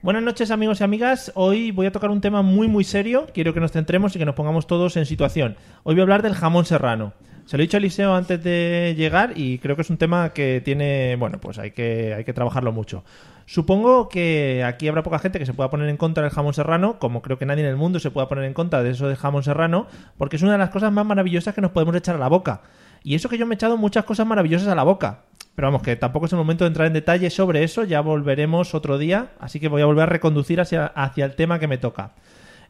Buenas noches amigos y amigas, hoy voy a tocar un tema muy muy serio, quiero que nos centremos y que nos pongamos todos en situación. Hoy voy a hablar del jamón serrano. Se lo he dicho a Eliseo antes de llegar y creo que es un tema que tiene, bueno, pues hay que, hay que trabajarlo mucho. Supongo que aquí habrá poca gente que se pueda poner en contra del jamón serrano, como creo que nadie en el mundo se pueda poner en contra de eso del jamón serrano, porque es una de las cosas más maravillosas que nos podemos echar a la boca. Y eso que yo me he echado muchas cosas maravillosas a la boca, pero vamos, que tampoco es el momento de entrar en detalle sobre eso, ya volveremos otro día, así que voy a volver a reconducir hacia, hacia el tema que me toca.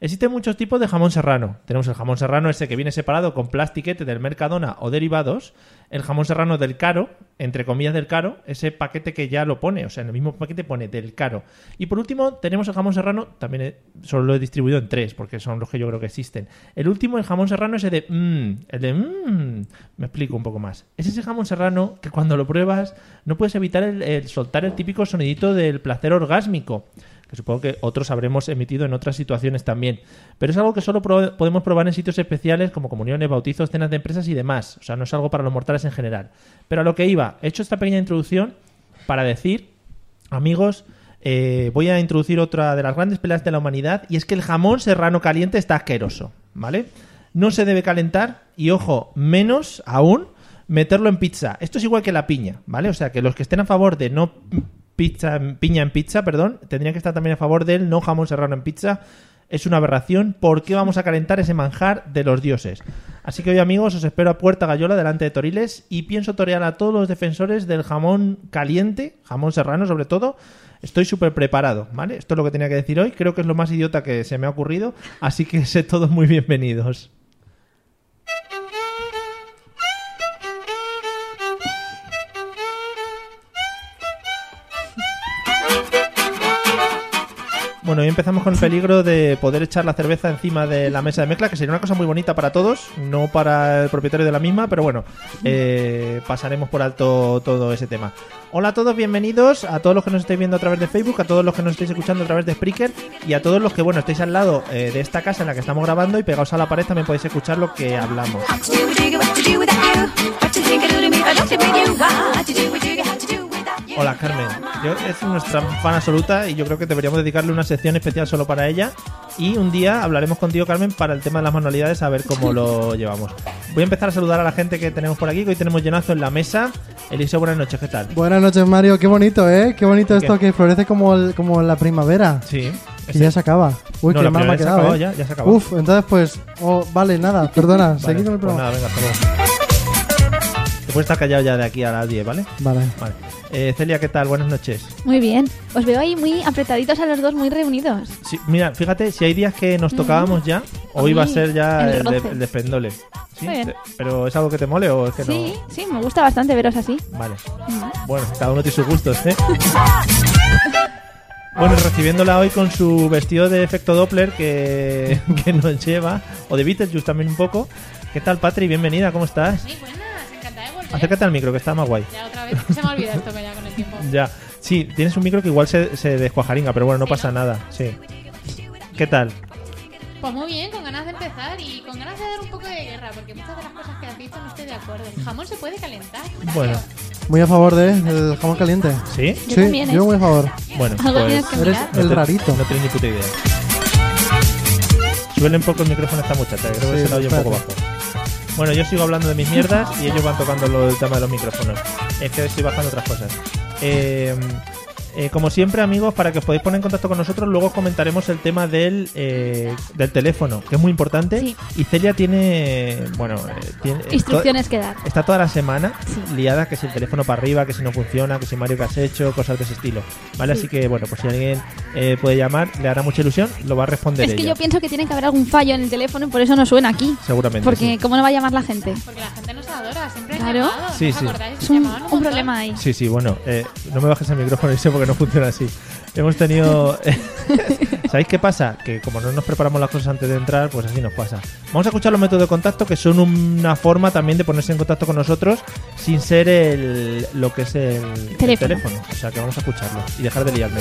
Existen muchos tipos de jamón serrano. Tenemos el jamón serrano ese que viene separado con plastiquete del Mercadona o derivados, el jamón serrano del caro, entre comillas del caro, ese paquete que ya lo pone, o sea, en el mismo paquete pone del caro. Y por último, tenemos el jamón serrano, también he- solo lo he distribuido en tres, porque son los que yo creo que existen. El último, el jamón serrano, ese de mmm, el de mmm, me explico un poco más. Es ese jamón serrano que cuando lo pruebas no puedes evitar el- el soltar el típico sonidito del placer orgásmico que supongo que otros habremos emitido en otras situaciones también. Pero es algo que solo pro- podemos probar en sitios especiales como comuniones, bautizos, cenas de empresas y demás. O sea, no es algo para los mortales en general. Pero a lo que iba, he hecho esta pequeña introducción para decir, amigos, eh, voy a introducir otra de las grandes peleas de la humanidad y es que el jamón serrano caliente está asqueroso, ¿vale? No se debe calentar y, ojo, menos aún meterlo en pizza. Esto es igual que la piña, ¿vale? O sea, que los que estén a favor de no pizza en- piña en pizza, perdón, tendrían que estar también a favor del no jamón serrano en pizza. Es una aberración. ¿Por qué vamos a calentar ese manjar de los dioses? Así que hoy, amigos, os espero a Puerta Gallola delante de Toriles y pienso torear a todos los defensores del jamón caliente, jamón serrano sobre todo. Estoy súper preparado, ¿vale? Esto es lo que tenía que decir hoy. Creo que es lo más idiota que se me ha ocurrido. Así que sé todos muy bienvenidos. Bueno, hoy empezamos con el peligro de poder echar la cerveza encima de la mesa de mezcla, que sería una cosa muy bonita para todos, no para el propietario de la misma, pero bueno, eh, pasaremos por alto todo ese tema. Hola a todos, bienvenidos a todos los que nos estáis viendo a través de Facebook, a todos los que nos estáis escuchando a través de Spreaker y a todos los que, bueno, estáis al lado eh, de esta casa en la que estamos grabando y pegados a la pared también podéis escuchar lo que hablamos. Hola Carmen, yo, es nuestra fan absoluta y yo creo que deberíamos dedicarle una sección especial solo para ella y un día hablaremos contigo Carmen para el tema de las manualidades a ver cómo lo llevamos. Voy a empezar a saludar a la gente que tenemos por aquí, que hoy tenemos llenazo en la mesa. Eliseo, buenas noches, ¿qué tal? Buenas noches, Mario. Qué bonito, ¿eh? Qué bonito ¿Qué? esto que florece como, el- como la primavera. Sí. Que ya se acaba. Uy, Este- No, qué la mal me ha primavera se ha quedado. acabado ¿eh? ya, ya se ha acabado. Uf, entonces pues. Oh, vale, nada, perdona. seguí con el programa. Pues nada, venga, hasta luego. Te puedes estar callado ya de aquí a las 10, ¿vale? Vale. Vale. Eh, Celia, ¿qué tal? Buenas noches. Muy bien. Os veo ahí muy apretaditos a los dos, muy reunidos. Sí, mira, fíjate, si hay días que nos tocábamos ya, hoy va a ser ya Mm. el el, de, roce. el despendole. ¿Sí? Muy bien. ¿Pero es algo que te mole o es que Sí, sí, me gusta bastante veros así. no? Vale. Bueno, cada uno tiene sus gustos, ¿eh? Bueno, recibiéndola hoy con su vestido de efecto Doppler que, que nos lleva, o de Beetlejuice también un poco. ¿Qué tal, Patri? Bienvenida, ¿cómo estás? Muy buenas, encantada de ¿eh? volver. Acércate al micro, que está más guay. Ya otra vez, se me olvida esto que ya con el tiempo. Ya. Sí, tienes un micro que igual se, se descuajaringa, pero bueno, no Sí, pasa ¿no? nada. Sí. ¿Qué tal? Pues muy bien, con ganas de empezar y con ganas de dar un poco de guerra, porque muchas de las cosas que has dicho no estoy de acuerdo. El jamón se puede calentar. Bueno. Muy a favor de el jamón caliente. ¿Sí? sí, Yo también, ¿eh? yo muy este, a favor. Bueno, Algo pues... tienes que Eres mirar. el te- rarito. No tienes ni puta idea. Súbele un poco el micrófono a esta muchacha, que creo que Sí, se la oye un poco bajo. espérate. Bueno, yo sigo hablando de mis mierdas y ellos van tocando lo- el tema de los micrófonos. Es que estoy bajando otras cosas. Eh, eh, como siempre, amigos, para que os podáis poner en contacto con nosotros, luego os comentaremos el tema del, eh, del teléfono, que es muy importante. Sí. Y Celia tiene, bueno, eh, tiene, Instrucciones que dar. Está toda la semana Sí. liada, que si el teléfono para arriba, que si no funciona, que si Mario que has hecho, cosas de ese estilo. ¿Vale? Sí. Así que, bueno, pues si alguien eh, puede llamar, le hará mucha ilusión, lo va a responder Es que ella. yo pienso que tiene que haber algún fallo en el teléfono y por eso no suena aquí. Seguramente. Porque, sí. ¿cómo no va a llamar la gente? Porque la gente no se da ganadoras, siempre han Claro. llamado, ¿no Sí, os sí. acordáis? Es un, Llamaban un montón. problema ahí. Sí, sí, bueno, eh, no me bajes el micrófono, Eliseo, porque no funciona así. Hemos tenido... ¿Sabéis qué pasa? Que como no nos preparamos las cosas antes de entrar, pues así nos pasa. Vamos a escuchar los métodos de contacto, que son una forma también de ponerse en contacto con nosotros sin ser el, lo que es el el Teléfono. teléfono. O sea, que vamos a escucharlo y dejar de liarme.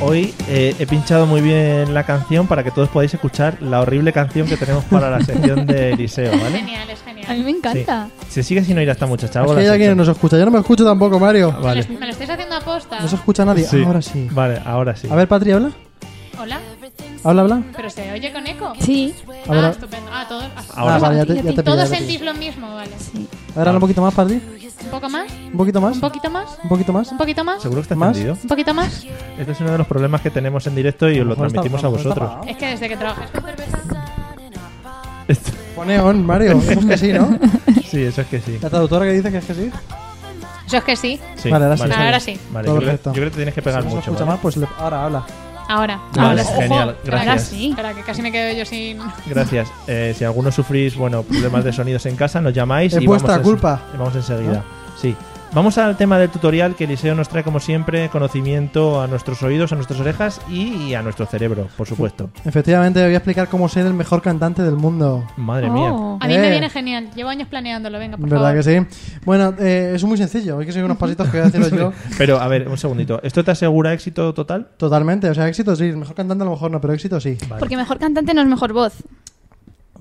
Hoy eh, he pinchado muy bien la canción para que todos podáis escuchar la horrible canción que tenemos para la sección de Eliseo, ¿vale? Genial, es A mí genial. me encanta. Sí. Se sigue sin oír a esta muchacha. Es hago que la hay alguien que sección. nos escucha. Yo no me escucho tampoco, Mario. Me Vale. lo- Me lo estáis haciendo aposta. No se escucha a nadie. Sí. Ahora sí. Vale, ahora sí. A ver, Patri, habla. Hola, Habla, habla. pero se oye con eco. Sí. A ver, ah, a- estupendo. Ah, todos. ah, Ahora. Ah, vale, ya te, ya te pillo, ya todos te pillo. sentís lo mismo, vale. A ver, habla un poquito más, Patri. Un poco más, Un poquito más. un poquito más, Un poquito más. un poquito más, ¿Seguro que está ¿Más? encendido? un poquito más. Este es uno de los problemas que tenemos en directo y os lo mejor está- transmitimos a a lo mejor está vosotros. apagado. Es que desde que trabajas con cerveza. Pone on, Mario. Eso es que sí, ¿no? sí, eso es que sí. La traductora que dice que es que sí. Eso es que sí. Sí, Vale, ahora sí. Vale, ahora sí. Vale, Todo yo creo, perfecto. yo creo que te tienes que pegar si no se mucho. escucha ¿vale? más, pues le- ahora habla. Ahora. Vale, Ahora sí. genial, Ojo, gracias. Ahora sí. Espera, que casi me quedo yo sin. Gracias. Eh, si alguno sufrís bueno, problemas de sonidos en casa, nos llamáis Es y vuestra vamos ense- culpa. y vamos enseguida. Sí. Vamos al tema del tutorial que Eliseo nos trae, como siempre, conocimiento a nuestros oídos, a nuestras orejas y a nuestro cerebro, por supuesto. Efectivamente, voy a explicar cómo ser el mejor cantante del mundo. Madre mía. Oh. A mí me Eh. viene genial. Llevo años planeándolo. Venga, por ¿Verdad favor. que sí? Bueno, eh, es muy sencillo. Hay que seguir unos pasitos que voy a deciros yo. Pero, a ver, un segundito. ¿Esto te asegura éxito total? Totalmente. O sea, éxito sí. El mejor cantante a lo mejor no, pero éxito sí. Vale. Porque mejor cantante no es mejor voz.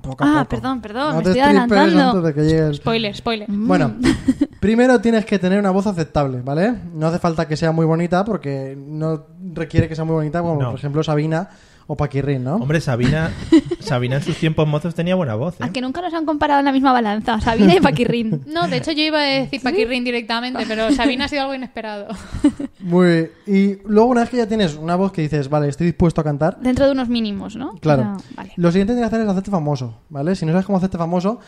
Poco a Ah, poco. perdón, perdón. No me te estoy estripes antes adelantando. Mm. de que llegues. Spoiler, spoiler. Bueno, primero tienes que tener una voz aceptable, ¿vale? No hace falta que sea muy bonita porque no requiere que sea muy bonita, como No. por ejemplo Sabina o Paquirrin, ¿no? Hombre, Sabina, Sabina en sus tiempos mozos tenía buena voz. ¿eh? A que nunca nos han comparado en la misma balanza. Sabina y Paquirrin. No, de hecho yo iba a decir Paquirrin directamente, pero Sabina ha sido algo inesperado. Muy Y luego una vez que ya tienes una voz que dices, vale, estoy dispuesto a cantar, Dentro de unos mínimos, ¿no? claro. No, vale. Lo siguiente que tienes que hacer es hacerte famoso, ¿vale? Si no sabes cómo hacerte famoso,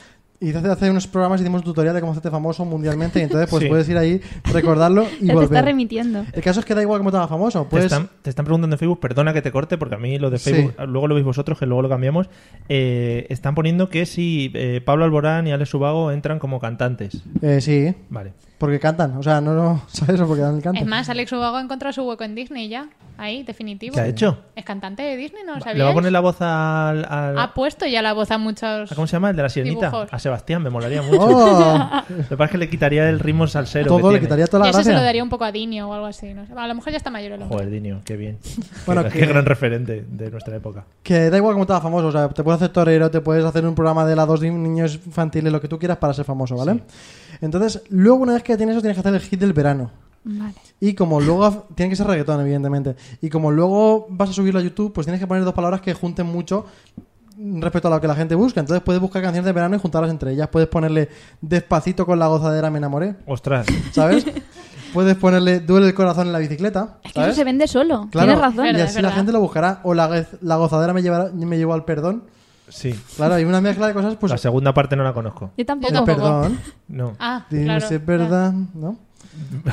y hace, hace unos programas hicimos un tutorial de cómo hacerte famoso mundialmente, y entonces pues Sí. puedes ir ahí, recordarlo y Ya te está volver. remitiendo. El caso es que da igual cómo te hagas famoso, Te pues... están, te están preguntando en Facebook, perdona que te corte, porque a mí lo de Sí. Facebook, luego lo veis vosotros, que luego lo cambiamos. eh, están poniendo que si eh, Pablo Alborán y Alex Ubago entran como cantantes. eh, sí, Vale. porque cantan, o sea, no, no sabes, porque dan el canto. Es más, Alex Ubago ha encontrado su hueco en Disney ya. Ahí, definitivo. ¿Qué ha hecho? Es cantante de Disney, ¿no lo Le sabías? va a poner la voz al. al- Ha puesto ya la voz a muchos... ¿a ¿Cómo se llama? El de la sirenita. Ah, Dibujos. A Sebastián, me molaría mucho. ¡Oh! Lo que pasa es que le quitaría el ritmo salsero. que Todo, tiene. le quitaría toda la Y eso se lo gracia. daría un poco a Dinio o algo así. No sé. A lo mejor ya está mayor el hombre. Joder, Dinio, qué bien. Bueno, qué, que- qué gran referente de nuestra época. Que da igual cómo te hagas famoso, o sea, te puedes hacer torero, te puedes hacer un programa de la dos de niños infantiles, lo que tú quieras para ser famoso, ¿vale? Entonces, luego una vez que tienes eso, tienes que hacer el hit del verano. Vale. Y como luego, tiene que ser reggaetón, evidentemente. Y como luego vas a subirlo a YouTube, pues tienes que poner dos palabras que junten mucho respecto a lo que la gente busca. Entonces puedes buscar canciones de verano y juntarlas entre ellas. Puedes ponerle despacito con la gozadera me enamoré, Ostras, ¿sabes? puedes ponerle duele el corazón en la bicicleta. Es que ¿sabes? eso se vende solo. Claro, Tienes razón. Es y verdad, así la verdad. gente lo buscará. O la, gez- la gozadera me, llevará- me llevó al perdón. sí. Claro, hay una mezcla de cosas, pues. La segunda parte no la conozco. Yo Yo tampoco. tampoco. perdón. No. Ah, Dime claro. si es verdad, ¿no?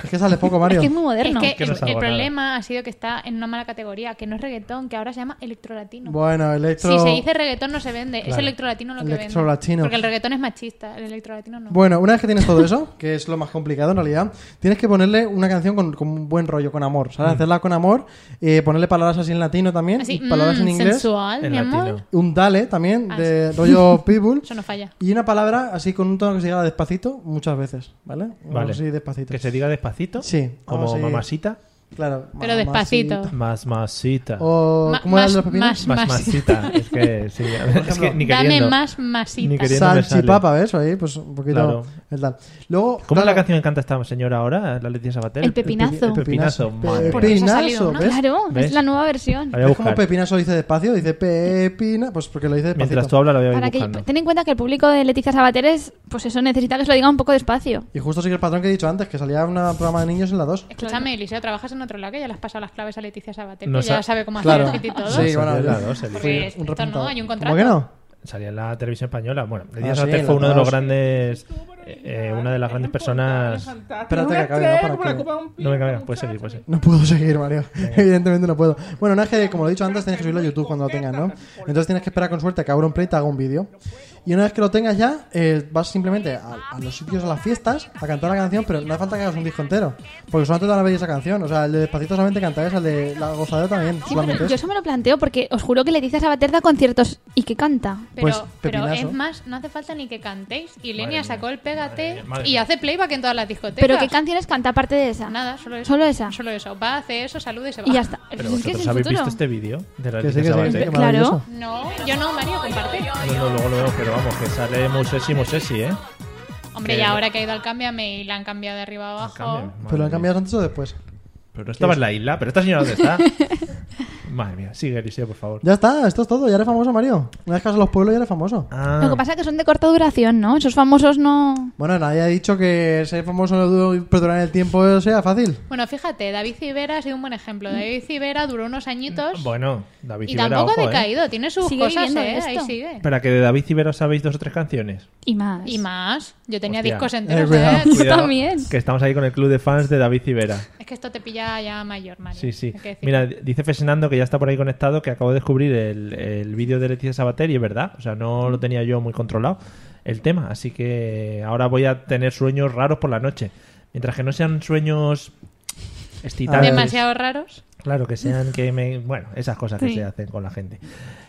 Es que sale poco, Mario. Es que es muy Es moderno. que, que el, no salgo el nada. problema ha sido que está en una mala categoría, que no es reggaetón, que ahora se llama electrolatino. Bueno, electro. Si se dice reggaetón no se vende, es Claro. electrolatino lo que Electrolatino. vende. Porque el reggaetón es machista, el electrolatino no. Bueno, una vez que tienes todo eso, que es lo más complicado en realidad, tienes que ponerle una canción con, con un buen rollo, con amor, ¿sabes? Mm. Hacerla con amor, eh, ponerle palabras así en latino también, Así, y palabras mm, en inglés, sensual, en mi amor. latino. un dale también, Ah, de rollo people, Eso no falla. y una palabra así con un tono que se diga despacito muchas veces, ¿vale? Vale. Así despacito. Que se diga despacito. Sí, Como vamos a ir- mamacita. Claro. Pero ma- despacito. masita. Más masita. O, Ma- ¿Cómo era el de más- los pepinos? más- Más masita. es que, sí, a ver, es que ni Dame queriendo. más Ni masita. queriendo. me sale. Salchipapa, ¿ves? Ahí, pues un poquito. Claro. El tal. Luego. ¿Cómo es la claro, canción que canta esta señora ahora, la Leticia Sabater? El pepinazo. El pepinazo. madre Por eso ha salido, Pepinazo, ¿no? ¿ves? Claro, ¿Ves? es la nueva versión. La voy a Es como buscar. Pepinazo dice despacio, dice Pepina, pues porque lo dice despacito. Mientras tú hablas, la voy a Para ir que, buscando. ten en cuenta que el público de Leticia Sabater es, pues eso, necesita que se lo diga un poco despacio. Y justo sigue el patrón que he dicho antes, que salía un programa de niños en la 2. Escúchame, Eliseo, trabajas en otro lado que ya le has pasado las claves a Leticia Sabater, No que ya sa- sabe cómo Claro. hacer el fit y todo. Sí, bueno, Salía en la yo- dos, el Porque día. esto no, hay un contrato. ¿Cómo que no? Salía en la televisión española. Bueno, Leticia Ah, sí, Sabater en fue la uno de los dos. grandes. eh, eh, una de las grandes personas. Espérate que acabe, ¿no? Para que- No me caigas, puede seguir, puede seguir. No puedo seguir, Mario. Evidentemente no puedo. Bueno, no es que, como lo he dicho antes, tienes que subirlo a YouTube cuando lo tengas, ¿no? Entonces tienes que esperar con suerte a que Auronplay te haga un vídeo. Y una vez que lo tengas ya, eh, vas simplemente a, a los sitios, a las fiestas, a cantar la canción, pero no hace falta que hagas un disco entero. Porque solamente te van a ver esa canción. O sea, el de Despacito solamente cantar esa, el de La Gozadera también. Sí, pero solamente yo eso. eso me lo planteo porque os juro que Leticia Sabater da conciertos y que canta. Pero, Pues, pero pepinazo. es más, no hace falta ni que cantéis. Y Lenia sacó el mía, pégate madre y mía. hace playback en todas las discotecas. Pero ¿qué canciones canta aparte de esa? Nada, solo eso. Solo esa. Solo eso. Va, hace eso, saluda y se va. Y ya está. Pero es que es vosotros el habéis futuro. visto este vídeo de la Que Leticia sí, que sí, que sí, Sabater. que Claro. maravilloso. No, yo no, Mario, comparte. No, no, luego lo vemos, pero vamos, que sale Musesi, Musesi, ¿eh? Hombre, Que- y ahora que ha ido al cámbiame y la han cambiado de arriba a abajo. Cámbiame, ¿Pero lo madre han cambiado antes o después? mía. Pero no estaba en la isla, pero esta señora dónde está. madre mía, sigue Eliseo, por favor. Ya está, esto es todo. Ya eres famoso, Mario. Una vez que vas a los pueblos, ya eres famoso. Ah, Lo que pasa es que son de corta duración, ¿no? Esos famosos no... Bueno, nadie ha dicho que ser famoso y perdurar en el tiempo sea fácil. Bueno, fíjate, David Civera ha sido un buen ejemplo. David Civera duró unos añitos Mm. bueno, David y Civera, tampoco ojo, ha ¿eh? decaído. Tiene sus Sigue cosas, viviendo ¿eh? de Ahí esto. sigue. Espera, que de David Civera os sabéis dos o tres canciones. Y más. Y más. Yo tenía Hostia. discos Eh, enteros. cuidado. ¿eh? Yo también. Que estamos ahí con el club de fans de David Civera. Es que esto te pilla ya mayor, Mario. Sí, sí. Hay que decir. Mira, dice Fesenando que ya está por ahí conectado, que acabo de descubrir el, el vídeo de Leticia Sabater y es verdad, o sea, no lo tenía yo muy controlado el tema, así que ahora voy a tener sueños raros por la noche. Mientras que no sean sueños excitantes. Demasiado raros. Claro, que sean que me... Bueno, esas cosas que Sí. se hacen con la gente.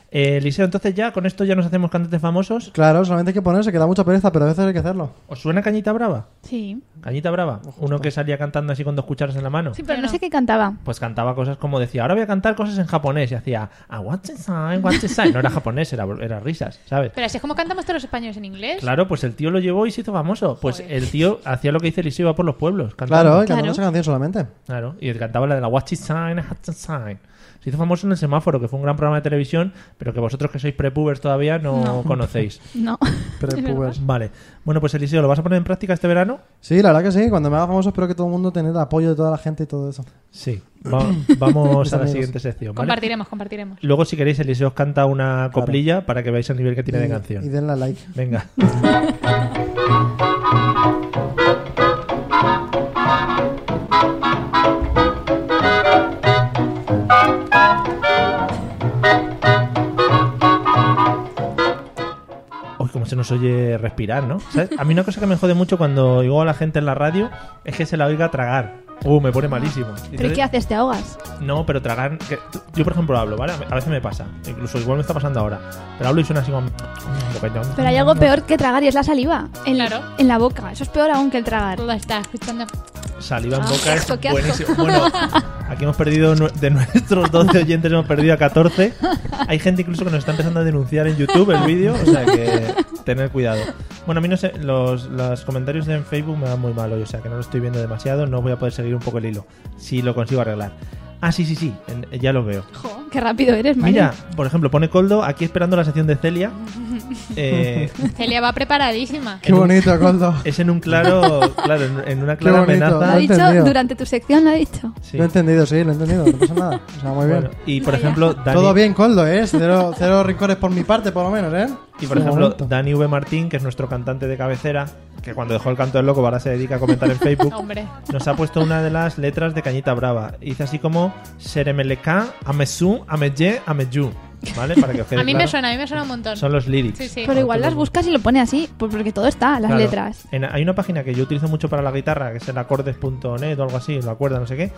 Eh, Eliseo, entonces ya con esto ya nos hacemos cantantes famosos. Claro, solamente hay que ponerse, que da mucha pereza, pero a veces hay que hacerlo. ¿Os suena Cañita Brava? Sí. Cañita Brava, uno que salía cantando así con dos cucharas en la mano. Sí, pero Yo no no. sé qué cantaba. pues cantaba cosas como decía, ahora voy a cantar cosas en japonés. Y hacía, ah, what's inside, what's inside. No era japonés, era, era risas, ¿sabes? Pero así es como cantamos todos los españoles en inglés. Claro, pues el tío lo llevó y se hizo famoso. Pues Joder. el tío hacía lo que dice Eliseo, iba por los pueblos. Claro, Cantando. hay que cantar Claro. esa canción solamente. Claro, y él cantaba la de la Watch It Sign, Hot Sign. Se hizo famoso en El Semáforo, que fue un gran programa de televisión, pero que vosotros que sois prepubers todavía no, conocéis. No. Pero pues- Vale. Bueno, pues Eliseo, ¿lo vas a poner en práctica este verano? Sí, la verdad que sí. Cuando me haga famoso espero que todo el mundo tenga el apoyo de toda la gente y todo eso. Sí. Va- vamos a la amigos. siguiente sección, ¿vale? Compartiremos, compartiremos. Luego, si queréis, Eliseo os canta una coplilla para que veáis el nivel que tiene de Y- canción. Y denle a like. Venga. Uy, cómo se nos oye respirar, ¿no? ¿Sabes? A mí una cosa que me jode mucho cuando oigo a la gente en la radio es que se la oiga tragar. Uh, me pone malísimo. ¿Pero Entonces- qué haces? ¿Te ahogas? no, pero tragar. que- yo, por ejemplo, hablo, ¿vale? A veces me pasa. Incluso igual me está pasando ahora. Pero hablo y suena así como. mm, Pero hay algo peor que tragar y es la saliva. En, Claro. En la boca. Eso es peor aún que el tragar. Todo está escuchando. mm, Saliva en Ah, boca qué asco, es qué asco. buenísimo. Bueno, aquí hemos perdido nue- de nuestros 12 oyentes, hemos perdido a 14. Hay gente incluso que nos está empezando a denunciar en YouTube el vídeo, o sea que tener cuidado. Bueno, a mí no sé, los, los comentarios en Facebook me dan muy mal hoy, o sea que no lo estoy viendo demasiado, no voy a poder seguir un poco el hilo, si lo consigo arreglar. Ah, sí, sí, sí, en- ya lo veo. Jo, qué rápido eres, Mario. Mira, por ejemplo, pone Coldo aquí esperando la sección de Celia. Eh, Celia va preparadísima. Qué en un- Eh, bonito, Coldo. es en un claro, claro, en- en una Qué clara bonito. Lo ha amenaza. Ay, dicho entendido. durante tu sección, lo ha dicho. Sí. Lo he entendido, sí, lo he entendido. No pasa nada. O sea, muy bien. Bueno, y por ejemplo, Dani, Todo bien, Coldo, ¿eh? Cero, cero rincones por mi parte, por lo menos, ¿eh? y por De ejemplo, momento. Dani V Martín, que es nuestro cantante de cabecera, que cuando dejó el canto del loco ahora se dedica a comentar en Facebook, Hombre. nos ha puesto una de las letras de Cañita Brava. Dice así como Seremeleca, Amesú, Ameye, Ameyu. ¿Vale? Para que os quede A mí me claro. suena, a mí me suena un montón. Son los lyrics. Sí, sí. Pero igual las buscas y lo pone así, pues porque todo está, las Claro. letras. En- hay una página que yo utilizo mucho para la guitarra, que es el acordes.net o algo así, lo acuerda, no sé qué.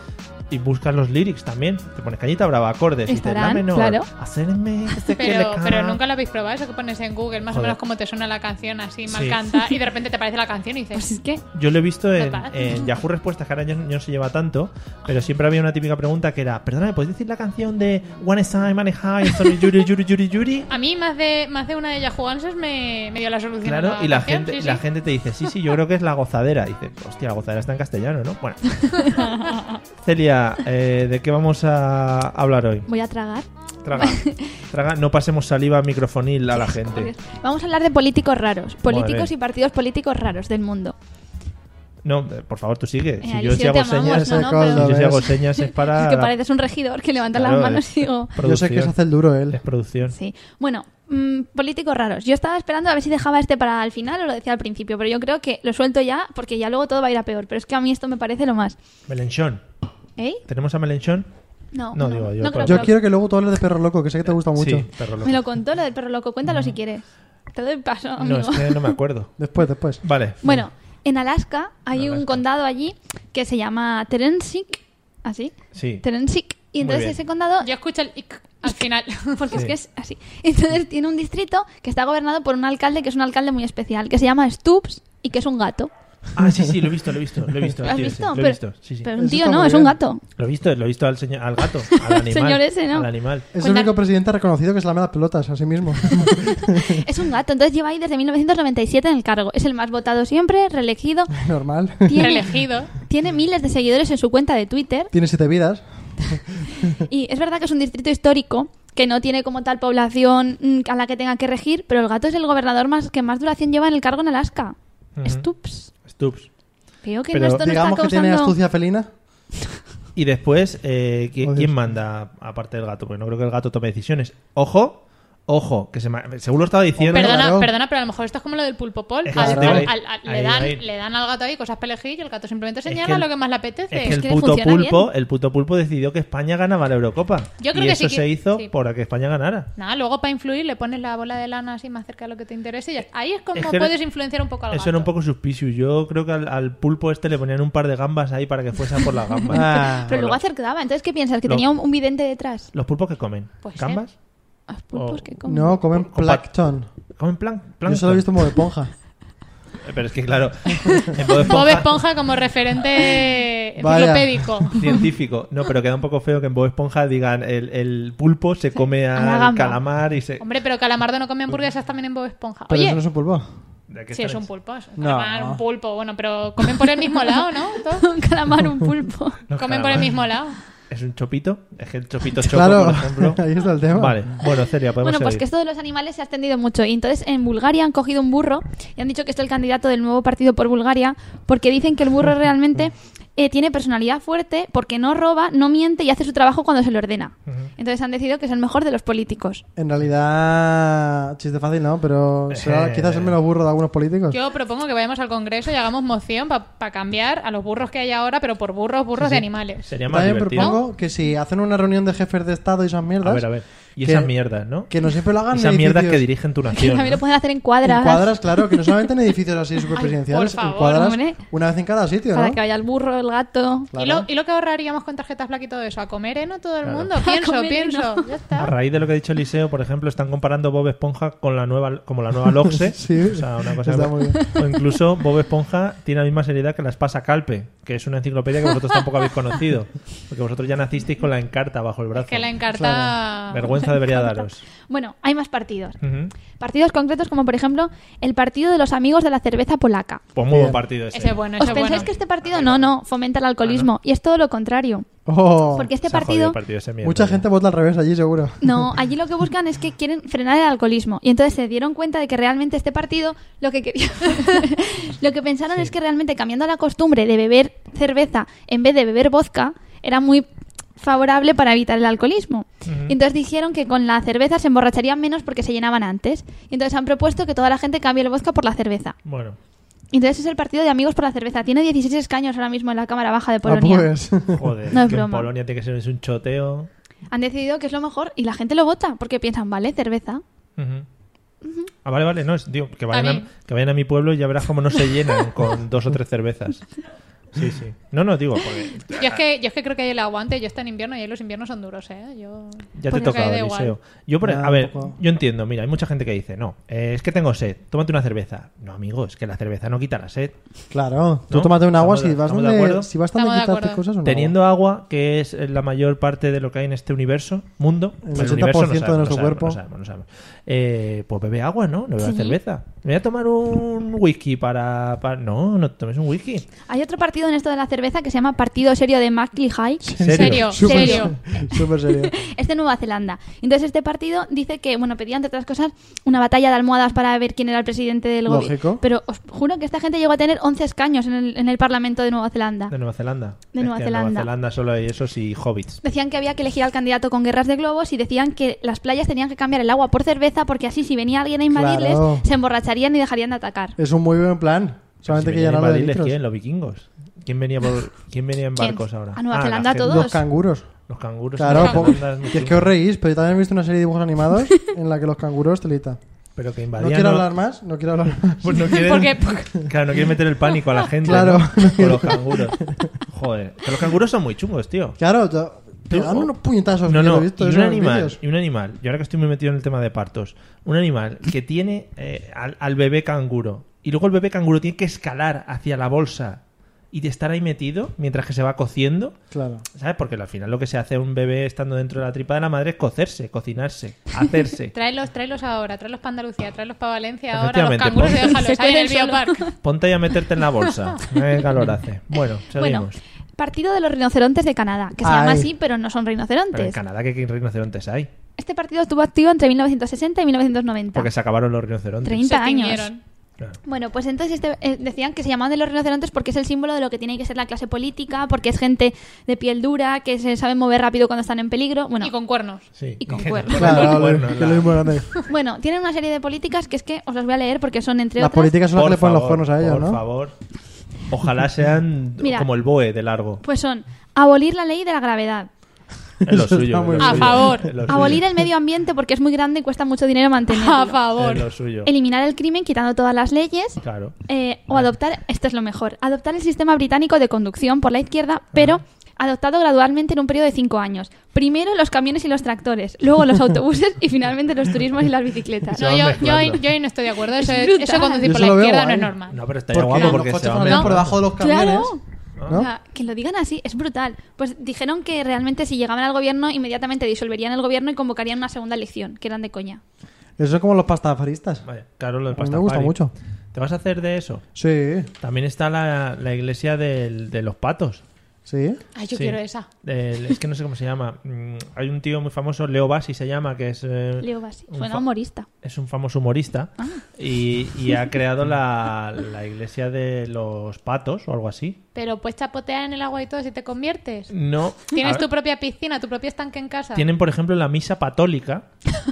Y buscas los lyrics también. Te pones cañita brava, acordes. y te, la Estarán, menor, claro. Hacerme este que le Pero, ca- pero nunca lo habéis probado, eso que pones en Google, más Joder. o menos como te suena la canción, así mal Sí. canta, y de repente te aparece la canción y dices, Pues es que Yo lo he visto en, Total. en Yahoo Respuestas, que ahora ya no, ya no se lleva tanto, pero siempre había una típica pregunta que era: Perdona, ¿me podéis decir la canción de One Time, Money High, Sorry, Yuri, Yuri, Yuri, Yuri? A mí más de, más de una de Yahoo Answers me, me dio la solución. a Claro, y la canción, gente, sí, sí. la gente te dice, sí, sí, yo creo que es la gozadera. Y dice, hostia, la gozadera está en castellano, ¿no? Bueno. Celia, eh, ¿de qué vamos a hablar hoy? voy a tragar. Traga, traga, no pasemos saliva microfonil a la gente. Joder. Vamos a hablar de políticos raros, políticos Vale. y partidos políticos raros del mundo. No, eh, por favor, tú sigue. Eh, Si yo Alicia, si hago te amamos, señas, Ese no, no, si caldo. pero- yo si ves. hago señas es para Es que la pareces un regidor que levanta Claro, eh. las manos es- y Yo digo... sé que se producción. hace el duro él. Es producción. Sí. Bueno, mm, políticos raros. Yo estaba esperando a ver si dejaba este para el final o lo decía al principio, pero yo creo que lo suelto ya porque ya luego todo va a ir a peor. Pero es que a mí esto me parece lo más. Melenchón. ¿Eh? ¿Tenemos a Melenchón? No, No, digo yo, no creo por- que Yo lo- quiero que luego tú hables de perro loco, que sé que te gusta mucho. Sí, perro loco. Me lo contó lo del perro loco. Cuéntalo si quieres. Te doy paso, No, amigo. es que no me acuerdo. Después, después. Vale. Bueno, en Alaska En hay un Alaska. condado allí que se llama Terensik, así, Sí. Terensik, y Muy entonces bien. ese condado Yo escucho el ic al final. porque Sí. es que es así. Entonces tiene un distrito que está gobernado por un alcalde que es un alcalde muy especial, que se llama Stubbs y que es un gato. Ah, sí, sí, lo he visto, lo he visto. Lo he visto, ¿Lo has sí, sí, visto? Lo he Pero- visto. Sí, sí. Pero Eso un tío está no, muy es un bien. gato. Lo he visto, lo he visto al, señor, al gato, al animal. señor ese, ¿no? Al animal. Es el Cuenta- único presidente reconocido que se lame las pelotas a sí mismo. Es un gato, entonces lleva ahí desde 1997 en el cargo. Es el más votado siempre, reelegido. Normal. Tiene, Reelegido. Mm. tiene miles de seguidores en su cuenta de Twitter Tiene siete vidas. Y es verdad que es un distrito histórico que no tiene como tal población mm, a la que tenga que regir, pero el gato es el gobernador más que más duración lleva en el cargo en Alaska. Ujú. Stups. Stubbs. Veo que Pero no, esto no está Digamos que causando... tiene astucia felina. Y después, eh, ¿qui- Joder. ¿quién manda aparte del gato? Porque no creo que el gato tome decisiones. Ojo, ojo, que se ma- según lo estaba diciendo. Perdona, claro. perdona, pero a lo mejor esto es como lo del pulpo pol. Es que Al- te iba a al- ir- al- al- ahí le, iba a dan, ir. le dan al gato ahí cosas para elegir y el gato simplemente que señala el- lo que más le Es apetece. que el que puto funciona bien. pulpo, el puto pulpo decidió que España ganaba la Eurocopa. Yo creo y que eso sí que- se hizo sí. para que España ganara. Nada, luego para influir le pones la bola de lana así más cerca de lo que te interese y ya- ahí es como Es que- puedes influenciar un poco al gato. Eso era un poco suspicious. Yo creo que al, al pulpo este le ponían un par de gambas ahí para que fuese a por las gambas. Ah. Pero luego Bueno, acertaba. Entonces, ¿qué piensas? ¿Que Lo- tenía un, un vidente detrás? ¿Los pulpos que comen? Pues sí. ¿Gambas? Ah, pulpos, Oh. que comen. No, comen Con plancton. ¿Comen plan? Yo solo he visto como de ponja. Eh, Pero es que, claro, en Bob Esponja- Bob Esponja como referente Vaya. enciclopédico. científico. No, pero queda un poco feo que en Bob Esponja digan el, el pulpo se come a la al gamba. calamar y se... Hombre, pero Calamardo no come hamburguesas también en Bob Esponja. Pero Oye, eso no es un pulpo. ¿De qué sí, es estáis? un pulpo, es un No. calamar, un pulpo. Bueno, pero comen por el mismo lado, ¿no? Todos un calamar, un pulpo. Los Comen por el calamares. mismo lado. ¿Es un chopito? Es que el chopito choco, por Claro, ejemplo. ahí está el tema. Vale, bueno, Celia, podemos Bueno, pues que seguir. esto de los animales se ha extendido mucho. Y entonces en Bulgaria han cogido un burro y han dicho que este es el candidato del nuevo partido por Bulgaria porque dicen que el burro realmente eh, tiene personalidad fuerte porque no roba, no miente y hace su trabajo cuando se le ordena. Entonces han decidido que es el mejor de los políticos. En realidad, chiste fácil, ¿no? Pero será Eh. quizás el menos burro de algunos políticos. Yo propongo que vayamos al Congreso y hagamos moción para cambiar a los burros que hay ahora, pero por burros, burros de animales. Sería más También divertido. propongo que si hacen una reunión de jefes de Estado y esas mierdas, A ver, a ver. Y Que- esas mierdas, ¿no? que no siempre lo hagan Esas en mierdas que edificios- dirigen tu Que nación. también lo ¿no? pueden hacer en en cuadras, cuadras, claro, que no solamente en edificios así superpresidenciales, Ay, por en favor, cuadras, hombre. una vez en cada sitio, para ¿no? que vaya el burro, el gato. ¿Y, Claro. lo, y lo que ahorraríamos con tarjetas black y todo eso? ¿A comer, eh? No todo el Claro. mundo. A Pienso, comer, pienso. heno. Ya A está. raíz de lo que ha dicho Eliseo, por ejemplo, están comparando Bob Esponja con la nueva, como la nueva Loxe. Sí, o sea, una cosa está que- muy bien. O incluso Bob Esponja tiene la misma seriedad que la Espasa Calpe, que es una enciclopedia que vosotros tampoco habéis conocido. Porque vosotros ya nacisteis con la encarta bajo el brazo. Que la encarta. Vergüenza debería daros. Bueno, hay más partidos. Ujú. Partidos concretos como por ejemplo el partido de los amigos de la cerveza polaca. Pues muy buen Bien. partido ese. Ese es bueno, ese ¿Os es bueno. pensáis que este partido no, no, fomenta el alcoholismo? Y es todo lo contrario. Oh, Porque este Se ha jodido partido el partido ese, mierda. mucha gente vota al revés allí, seguro. No, allí lo que buscan es que quieren frenar el alcoholismo. Y entonces se dieron cuenta de que realmente este partido lo que quería. lo que pensaron es que realmente cambiando la costumbre de beber cerveza en vez de beber vodka era muy favorable para evitar el alcoholismo. Y entonces dijeron que con la cerveza se emborracharían menos porque se llenaban antes. Y entonces han propuesto que toda la gente cambie el vodka por la cerveza. Bueno, Y entonces es el partido de Amigos por la Cerveza. Tiene 16 escaños ahora mismo en la Cámara Baja de Polonia. Ah, pues. joder. No es que en broma. Polonia tiene que ser es un choteo. han decidido que es lo mejor y la gente lo vota porque piensan, vale, cerveza. Ujú. Ah, vale, vale, no, es- digo, que vayan, También. a, que vayan a mi pueblo y ya verás cómo no se llenan con dos o tres cervezas. Sí, sí. No, no, digo, porque Yo es que, yo es que creo que ahí el aguante, yo está en invierno y ahí los inviernos son duros, ¿eh? Yo... ya Pues te creo que toca, da igual. Eliseo. Yo, por, e, Ya, a ver, un poco. yo entiendo, mira, hay mucha gente que dice, no, eh, es que tengo sed, tómate una cerveza. No, amigo, es que la cerveza no quita la sed. Claro, tú ¿No? tómate un agua Estamos de- si vas estamos de donde, acuerdo. si vas donde Estamos de quitarte acuerdo. cosas. un Teniendo agua, que es la mayor parte de lo que hay en este universo, mundo, El bueno, 80% de sabemos, nuestro sabemos, cuerpo. no sabemos, no sabemos. Eh, pues bebe agua, ¿no? No bebas cerveza. Me voy a tomar un whisky para, para- No, no te tomes un whisky. Hay otro partido en esto de la cerveza que se llama Partido Serio de Mackley High. ¿En serio? Súper Serio. Súper serio. este Es de Nueva Zelanda. Entonces este partido dice que, bueno, pedía entre otras cosas una batalla de almohadas para ver quién era el presidente del Lógico. gobierno. Pero os juro que esta gente llegó a tener 11 escaños en el, en el Parlamento de Nueva Zelanda. De Nueva Zelanda. De Es Nueva que En Zelanda. Nueva Zelanda solo hay esos y hobbits. Decían que había que elegir al candidato con guerras de globos y decían que las playas tenían que cambiar el agua por cerveza porque así si venía alguien a invadirles Claro. se emborracharían y dejarían de atacar. Es un muy buen plan. Solamente Si que venían a llenarlo de invadirles, litros. ¿Quién? Los vikingos. ¿Quién venía, por- quién venía en ¿Quién? barcos ahora? ¿A Nueva Ah, la Zelanda gente- todos? Los canguros. Los canguros. Claro, Nueva po- Zelanda es muy que es que chungo. os reís, pero yo también he visto una serie de dibujos animados en la que los canguros, telita. Pero que No invadían. quiero hablar más, no quiero hablar más. Pues no quieren- Porque, porque- Claro, no quieren meter el pánico a la gente. Claro. ¿no? Con los canguros. Joder. Pero los canguros son muy chungos, tío. Claro, yo- te Tú- dan unos puñetazos. No, yo lo he no, visto y eso un en los animal, vídeos. y un animal, y ahora que estoy muy metido en el tema de partos, un animal que tiene eh, al, al bebé canguro, y luego el bebé canguro tiene que escalar hacia la bolsa y de estar ahí metido mientras que se va cociendo, Claro. ¿sabes? Porque al final lo que se hace un bebé estando dentro de la tripa de la madre es cocerse, cocinarse, hacerse. tráelos, tráelos ahora, tráelos para Andalucía, tráelos para Valencia ahora, los Efectivamente, canguros y pues. déjalos Se ahí en el cuelgan solo. biopark. Ponte ahí a meterte en la bolsa, qué calor hace. Bueno, Bueno, seguimos. partido de los rinocerontes de Canadá, que se Ay. llama así, pero no son Pero en rinocerontes. Canadá, ¿qué, qué rinocerontes hay? Este partido estuvo activo entre 1960 y 1990. Porque se acabaron los rinocerontes. 30 Se años. extinguieron. Claro. Bueno, pues entonces este- eh, decían que se llamaban de los rinocerontes porque es el símbolo de lo que tiene que ser la clase política, porque es gente de piel dura, que se sabe mover rápido cuando están en peligro. Bueno, Y con cuernos. Sí. Y con cuernos. Claro, Bueno, que la- lo mismo grande. bueno, tienen una serie de políticas que es que os las voy a leer porque son entre Las otras. políticas son las que Por le ponen los favor, cuernos a ellos, por ¿no? favor. Ojalá sean Mira. como el boe de largo. Pues son abolir la ley de la gravedad, Es lo Eso suyo. está muy es lo bien. A suyo, favor. es lo suyo, abolir el medio ambiente porque es muy grande y cuesta mucho dinero A mantenerlo, favor. Es lo suyo. eliminar el crimen quitando todas las leyes. Claro. eh, o adoptar, esto es lo mejor, adoptar el sistema británico de conducción por la izquierda, pero adoptado gradualmente en un periodo de cinco años. Primero los camiones y los tractores, luego los autobuses y finalmente los turismos y las bicicletas. Se No, van yo, yo, mezclando. ahí- yo ahí no estoy de acuerdo. Eso, Es es- brutal. eso conducir Yo se por la lo veo izquierda no guay. es normal. No, pero estaría guapo los porque coches se va van por mezclando. debajo de los camiones. Claro. ¿no? O sea, que lo digan así, es brutal. Pues dijeron que realmente si llegaban al gobierno, inmediatamente disolverían el gobierno y convocarían una segunda elección, que eran de coña. Eso es como los pastafaristas. Vale, claro, lo del A mí me pastafari. gusta mucho. ¿Te vas a hacer de eso? Sí, También está la, la iglesia del- de los patos. sí. Ay, yo Sí. quiero esa. Del- es que no sé cómo se llama. Mm, hay un tío muy famoso, Leo Bassi se llama, que es... eh, Leo Bassi, un suena fa- Ah. humorista. es un famoso humorista y, y ha creado la, la iglesia de los patos o algo así. Pero pues chapotear en el agua y todo si te conviertes. No. Tienes Mm. a- tu propia piscina, tu propio estanque en casa. Tienen, por ejemplo, la misa patólica,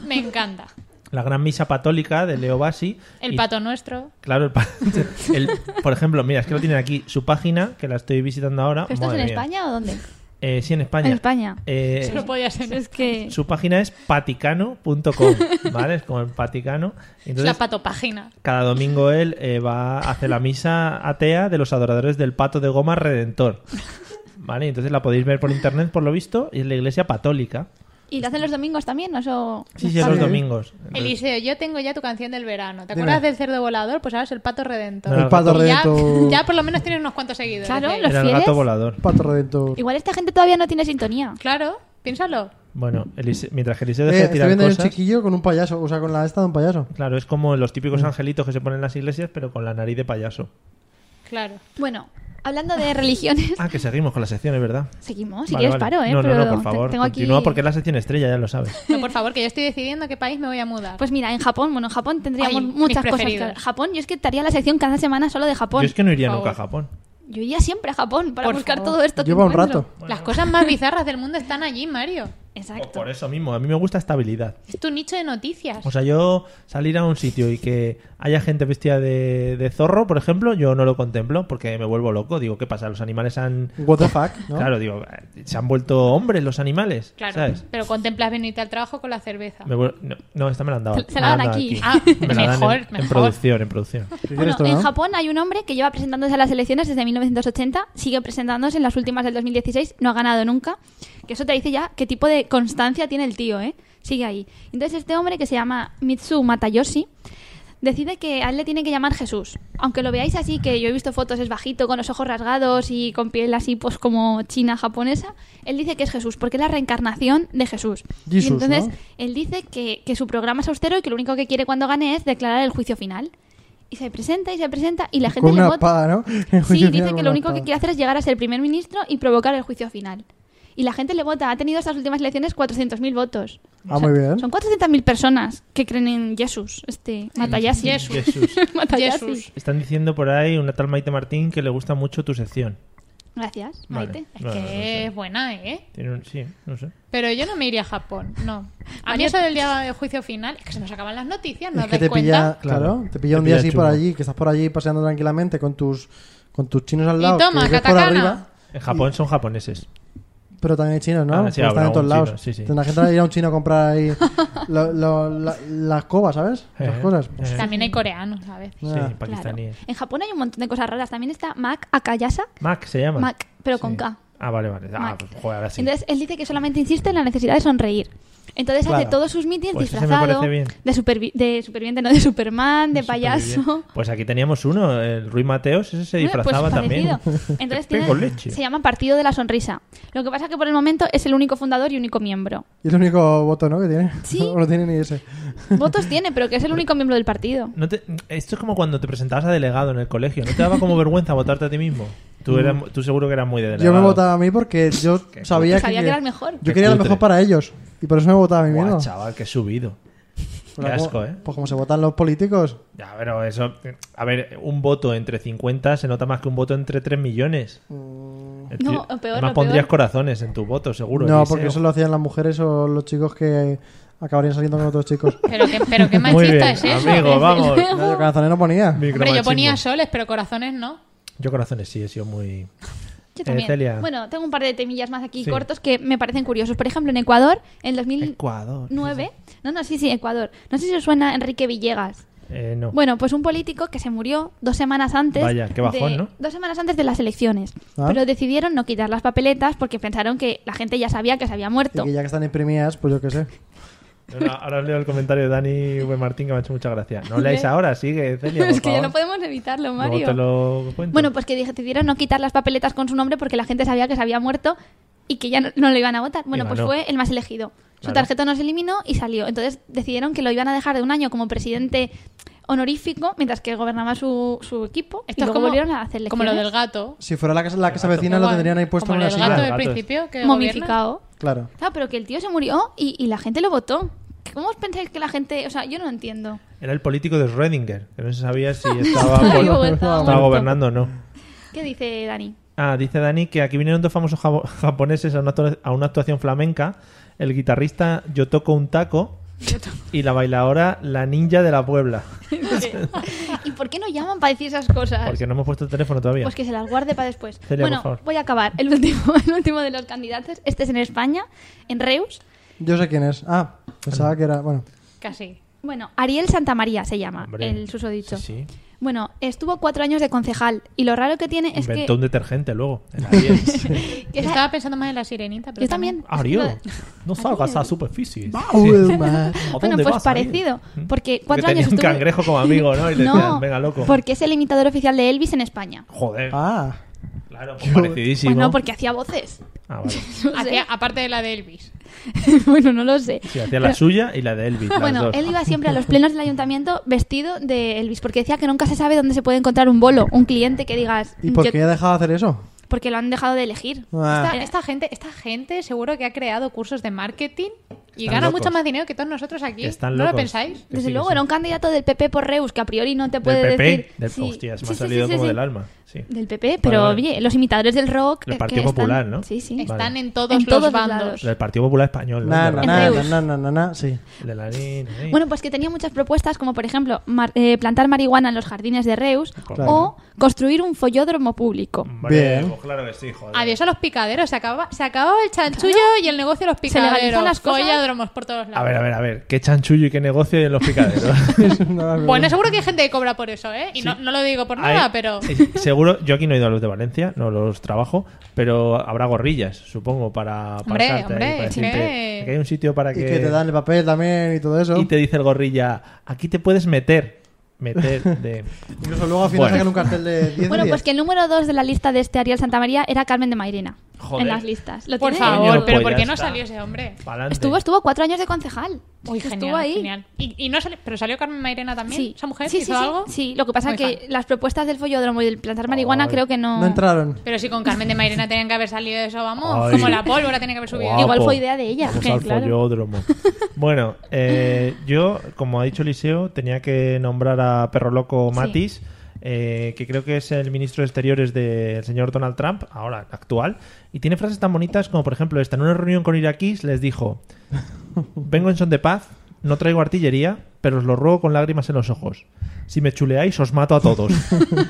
Me encanta. la gran misa patólica de Leo Bassi. El Y, pato nuestro. Claro, el, pa- el- Por ejemplo, mira, es que lo tienen aquí, su página, que la estoy visitando ahora. ¿Pero esto es Ah, madre en mía. España o dónde? Eh, sí, en España. En España. Eh, Eso no podía ser. Es que su página es paticano.com, ¿vale? Es como el paticano. Es la Entonces, patopágina. cada domingo él eh, va a hacer la misa atea de los adoradores del pato de goma redentor. ¿Vale? Entonces la podéis ver por internet, por lo visto, y es la iglesia patólica. ¿Y lo hacen los domingos también? ¿O eso... Sí, sí, los Sí. domingos. Eliseo, yo tengo ya tu canción del verano. ¿Te Dime. acuerdas del cerdo volador? Pues ahora es el pato redentor. El El pato Y ya, redentor. ya por lo menos tienes unos cuantos seguidores. Claro, ahí. los- Era el fieles? gato volador. Pato redentor. Igual esta gente todavía no tiene sintonía. claro, piénsalo. Bueno, Elise- mientras que Eliseo Eh, deja de estoy tirar viendo ahí un cosas... chiquillo con un payaso, o sea, con la esta de un payaso. Claro, es como los típicos Mm. angelitos que se ponen en las iglesias, pero con la nariz de payaso. Claro. Bueno, hablando de religiones, Ah, que seguimos con las secciones, ¿verdad? seguimos. Si Vale, quieres vale. paro, ¿eh? No, no, Pero no, por favor. Tengo aquí... Continúa porque es la sección estrella, ya lo sabes. No, por favor, que yo estoy decidiendo a qué país me voy a mudar. Pues mira, en Japón, bueno, en Japón tendríamos Ay, mis muchas cosas. que- preferidos. Japón, yo es que estaría la sección cada semana solo de Japón. Yo es que no iría Por nunca a favor. Japón. Yo iría siempre a Japón para Por buscar favor. todo esto que Lleva un encuentro. rato. Las cosas más bizarras del mundo están allí, Mario. Exacto. O Oh, por eso mismo, a mí me gusta estabilidad. Es tu nicho de noticias. O sea, yo salir a un sitio y que haya gente vestida de, de zorro, por ejemplo, yo no lo contemplo porque me vuelvo loco. Digo, ¿qué pasa? Los animales han... What the fuck, ¿no? Claro, digo, eh, se han vuelto hombres los animales. claro, ¿sabes? pero contemplas venirte al trabajo con la cerveza. Me vuel- no, no, esta me la han dado. Se la Me dan han dado aquí. Ah, Me la dan en- mejor, en, mejor. producción, en producción. ¿Qué Bueno, quieres tú, en no? Japón hay un hombre que lleva presentándose a las elecciones desde 1980, sigue presentándose en las últimas del 2016, no ha ganado nunca. Que eso te dice ya qué tipo de constancia tiene el tío, ¿eh? Sigue ahí. Entonces este hombre que se llama Mitsu Matayoshi decide que a él le tiene que llamar Jesús. Aunque lo veáis así, que yo he visto fotos, es bajito, con los ojos rasgados y con piel así pues como china japonesa, él dice que es Jesús, porque es la reencarnación de Jesús. y Jesús, entonces ¿no? él dice que, que su programa es austero y que lo único que quiere cuando gane es declarar el juicio final. Y se presenta y se presenta y la gente Con le una vota. espada, ¿no? En juicio Sí, final dice con una que lo único que espada. quiere hacer es llegar a ser primer ministro y provocar el juicio final. Y la gente le vota. Ha tenido estas últimas elecciones 400.000 votos. Ah, muy bien. Son 400.000 personas que creen en Jesús, este Matayashi. Jesús. Jesús. Matayashi. Jesús. Están diciendo por ahí una tal Maite Martín que le gusta mucho tu sección. Gracias, Vale. Maite. Es No, no, no que sé. es buena, ¿eh? Tiene un- sí, no sé. Pero yo no me iría a Japón, no. A mí Oye, eso del día del juicio final es que se nos acaban las noticias, ¿no Es os que dais te cuenta? pilla, Claro. claro, te pilla un Te día pilla así por chungo. allí, que estás por allí paseando tranquilamente con tus con tus chinos al Y lado, que toma, los ves por katakana. arriba, En Japón son japoneses. pero también hay chinos, ¿no? Ah, sí, Porque habrá están en todos un lados. chino, sí, sí. La gente va a ir a un chino a comprar ahí lo- lo- la- las cobas, ¿sabes? Las Eh, cosas. eh, También hay coreanos a veces. Sí, Ah. Claro. pakistaníes. En Japón hay un montón de cosas raras. También está Mac Akayasa. Mac se llama. Mac, pero con Sí. K. Ah, vale, vale. Ah, Mac. joder, ahora sí. Entonces él dice que solamente insiste en la necesidad de sonreír. Entonces hace Claro. todos sus mítines Pues ese me disfrazado parece bien. de, supervi- de superviviente, no de Superman, de payaso. Superviviente. Pues aquí teníamos uno, el Ruiz Mateos, ese se Bueno, pues disfrazaba también. parecido. Entonces Tengo tiene- leche. se llama Partido de la Sonrisa. Lo que pasa que por el momento es el único fundador y único miembro. Y el único voto, ¿no? Que tiene. Sí. No, no tiene ni ese. Votos tiene, pero que es el único miembro del partido. No te- esto es como cuando te presentabas a delegado en el colegio. ¿No te daba como vergüenza votarte a ti mismo? Tú, eras, tú seguro que eras muy de delegado. Mm. Yo me votaba a mí porque yo sabía que, Sabía que era el mejor. Yo quería lo Qué mejor cutre. para ellos. Y por eso me votaba a mí Guau, mismo. chaval, que he subido. Qué Pero como- asco, ¿eh? Pues como se votan los políticos. Ya, pero eso... A ver, un voto entre 50 se nota más que un voto entre 3 millones. No, o peor, Además lo pondrías peor. corazones en tu voto, seguro. Mm. No, Eliseo. porque eso lo hacían las mujeres o los chicos que acabarían saliendo con otros chicos. Pero qué, pero qué Muy bien, machista es eso. amigo, vamos. No, yo canciones no ponía. Hombre, yo Micromachismo. ponía soles, pero corazones no. Yo corazones sí, he sido muy... Yo Eh, también. Celia. Bueno, tengo un par de temillas más aquí Sí. cortos que me parecen curiosos. Por ejemplo, en Ecuador, en 2009. Ecuador. No, no, sí, sí, Ecuador. No sé si os suena Enrique Villegas. Eh, no. Bueno, pues un político que se murió dos semanas antes. Vaya, qué bajón, de- ¿no? Dos semanas antes de las elecciones. Ah. Pero decidieron no quitar las papeletas porque pensaron que la gente ya sabía que se había Y muerto. que ya que están imprimidas, pues yo qué sé. No, no, ahora leo el comentario de Dani V. Martín que me ha hecho mucha gracia. No leáis ahora, sigue, Celia. por es que ya favor. no podemos evitarlo, Luego Mario. te lo cuento. Bueno, pues que decidieron no quitar las papeletas con su nombre porque la gente sabía que se había muerto y que ya no, no lo iban a votar. Bueno, Y pues ganó. fue el más elegido. Su Claro. tarjeta no se eliminó y salió. Entonces decidieron que lo iban a dejar de un año como presidente honorífico mientras que gobernaba su, su equipo. y Esto es luego como, volvieron a hacer como lo del elecciones. gato. Si fuera la casa, la casa vecina, lo Igual, tendrían ahí puesto como en una lo del gato silla. del Gato es- principio que gobierna. momificado. Claro. Claro, pero que el tío se murió y, y la gente lo votó. ¿Cómo os pensáis que la gente.? O sea, yo no lo entiendo. Era el político de Schrödinger, que no se sabía si estaba, Ay, bueno, bueno, estaba muerto. gobernando o no. ¿Qué dice Dani? Ah, dice Dani que aquí vinieron dos famosos japo- japoneses a una, actua- a una actuación flamenca. El guitarrista Yo Toco un Taco y la bailadora La Ninja de la Puebla. ¿Y por qué no llaman para decir esas cosas? Porque no hemos puesto el teléfono todavía. Ah, Pues que se las guarde para después. Celia, por bueno, favor. voy a acabar. El último, el último de los candidatos. Este es en España, en Reus. Yo sé quién es. Ah, pensaba que era. Bueno, Casi. Bueno, Ariel Santamaría se llama, Hombre, el susodicho. Sí, sí. Bueno, estuvo cuatro años de concejal y lo raro que tiene es que. Inventó un detergente luego. Era bien. que era- Estaba pensando más en la sirenita, pero Yo también. Ah, Ariel, no salgas a superficie. Ulma. ¿A Bueno, dónde pues vas a ir? parecido. ¿Mm? Porque cuatro tenía años un estuvo- cangrejo como amigo, ¿no? Y le decían, No, venga, loco. porque es el imitador oficial de Elvis en España. Joder, Ah, claro, pues parecidísimo. Bueno, porque hacía voces. Ah, vale. No sé. Hacía- aparte de la de Elvis. bueno, no lo sé. Sí, hacía la suya y la de Elvis. las Bueno, dos. él iba siempre a los plenos del ayuntamiento vestido de Elvis, porque decía que nunca se sabe dónde se puede encontrar un bolo, un cliente que digas. ¿y por "Yo- qué ha dejado de hacer eso? Porque lo han dejado de elegir. Ah, Esta, esta gente, esta gente seguro que ha creado cursos de marketing Y Están gana locos. mucho más dinero que todos nosotros aquí. Están ¿No lo locos. pensáis? Que Desde sí, que luego, sí. era un candidato del PP por Reus, que a priori no te puede Del PP. decir. Del- Sí. Hostias, me Sí, ha sí, salido sí, sí, como sí. del alma. Sí. Del PP, pero vale. oye, los imitadores del rock. Del eh, Partido que están- Popular, ¿no? Sí, sí. Vale. Están en todos En los todos los bandos. lados. Del Partido Popular Español. ¿no? Na, Del- na, En na, Reus. na, na, na, na, sí. de la línea, ¿eh? Bueno, pues que tenía muchas propuestas, como por ejemplo mar- eh, plantar marihuana en los jardines de Reus Claro. o construir un follódromo público. Hombre, Bien. pues claro que sí, joder. Adiós a los picaderos. Se acababa, se acababa el chanchullo y el negocio de los Se legalizan picaderos. las cosas. Collódromos por todos lados. A ver, a ver, a ver. Qué chanchullo y qué negocio hay en los picaderos. Bueno, seguro que hay gente que cobra por eso, ¿eh? Y Sí. no, no lo digo por Hay- nada, pero... eh, Seguro, yo aquí no he ido a los de Valencia, no los trabajo, pero habrá gorrillas, supongo, para Hombre, aparcarte ahí, hombre, para es que- decirte, "Aquí hay un sitio para Y que te dan el papel también y todo eso. y te dice el gorrilla, aquí te puedes meter. Meter de. Incluso luego al final Bueno. sacan un cartel de 10 Bueno, días. pues que el número dos de la lista de este Ariel Santa María era Carmen de Mairena. Joder. En las listas. ¿Lo Por tiene? favor, Coño, pero pues ¿por ya qué no está. salió ese hombre? Pa'lante. Estuvo, estuvo cuatro años de concejal. Uy, Estuvo genial, ahí. genial. Y, y no sale- ¿Pero salió Carmen Mairena también? Sí. ¿Esa mujer sí, sí, hizo sí. algo? Sí, lo que pasa Muy es que fan. las propuestas del follódromo y del plantar marihuana Ay. creo que no... No entraron. Pero si con Carmen de Mairena tenían que haber salido eso, vamos, Ay. como la pólvora tenía que haber subido. Guapo. Igual fue idea de ella, Vamos que, al claro. follódromo. Bueno, eh, yo, como ha dicho Eliseo, tenía que nombrar a Perro Loco Matis, eh, que creo que es el ministro de Exteriores del señor Donald Trump, ahora actual, y tiene frases tan bonitas como, por ejemplo, esta. En una reunión con iraquíes les dijo: Vengo en son de paz, no traigo artillería, pero os lo ruego con lágrimas en los ojos. Si me chuleáis, os mato a todos.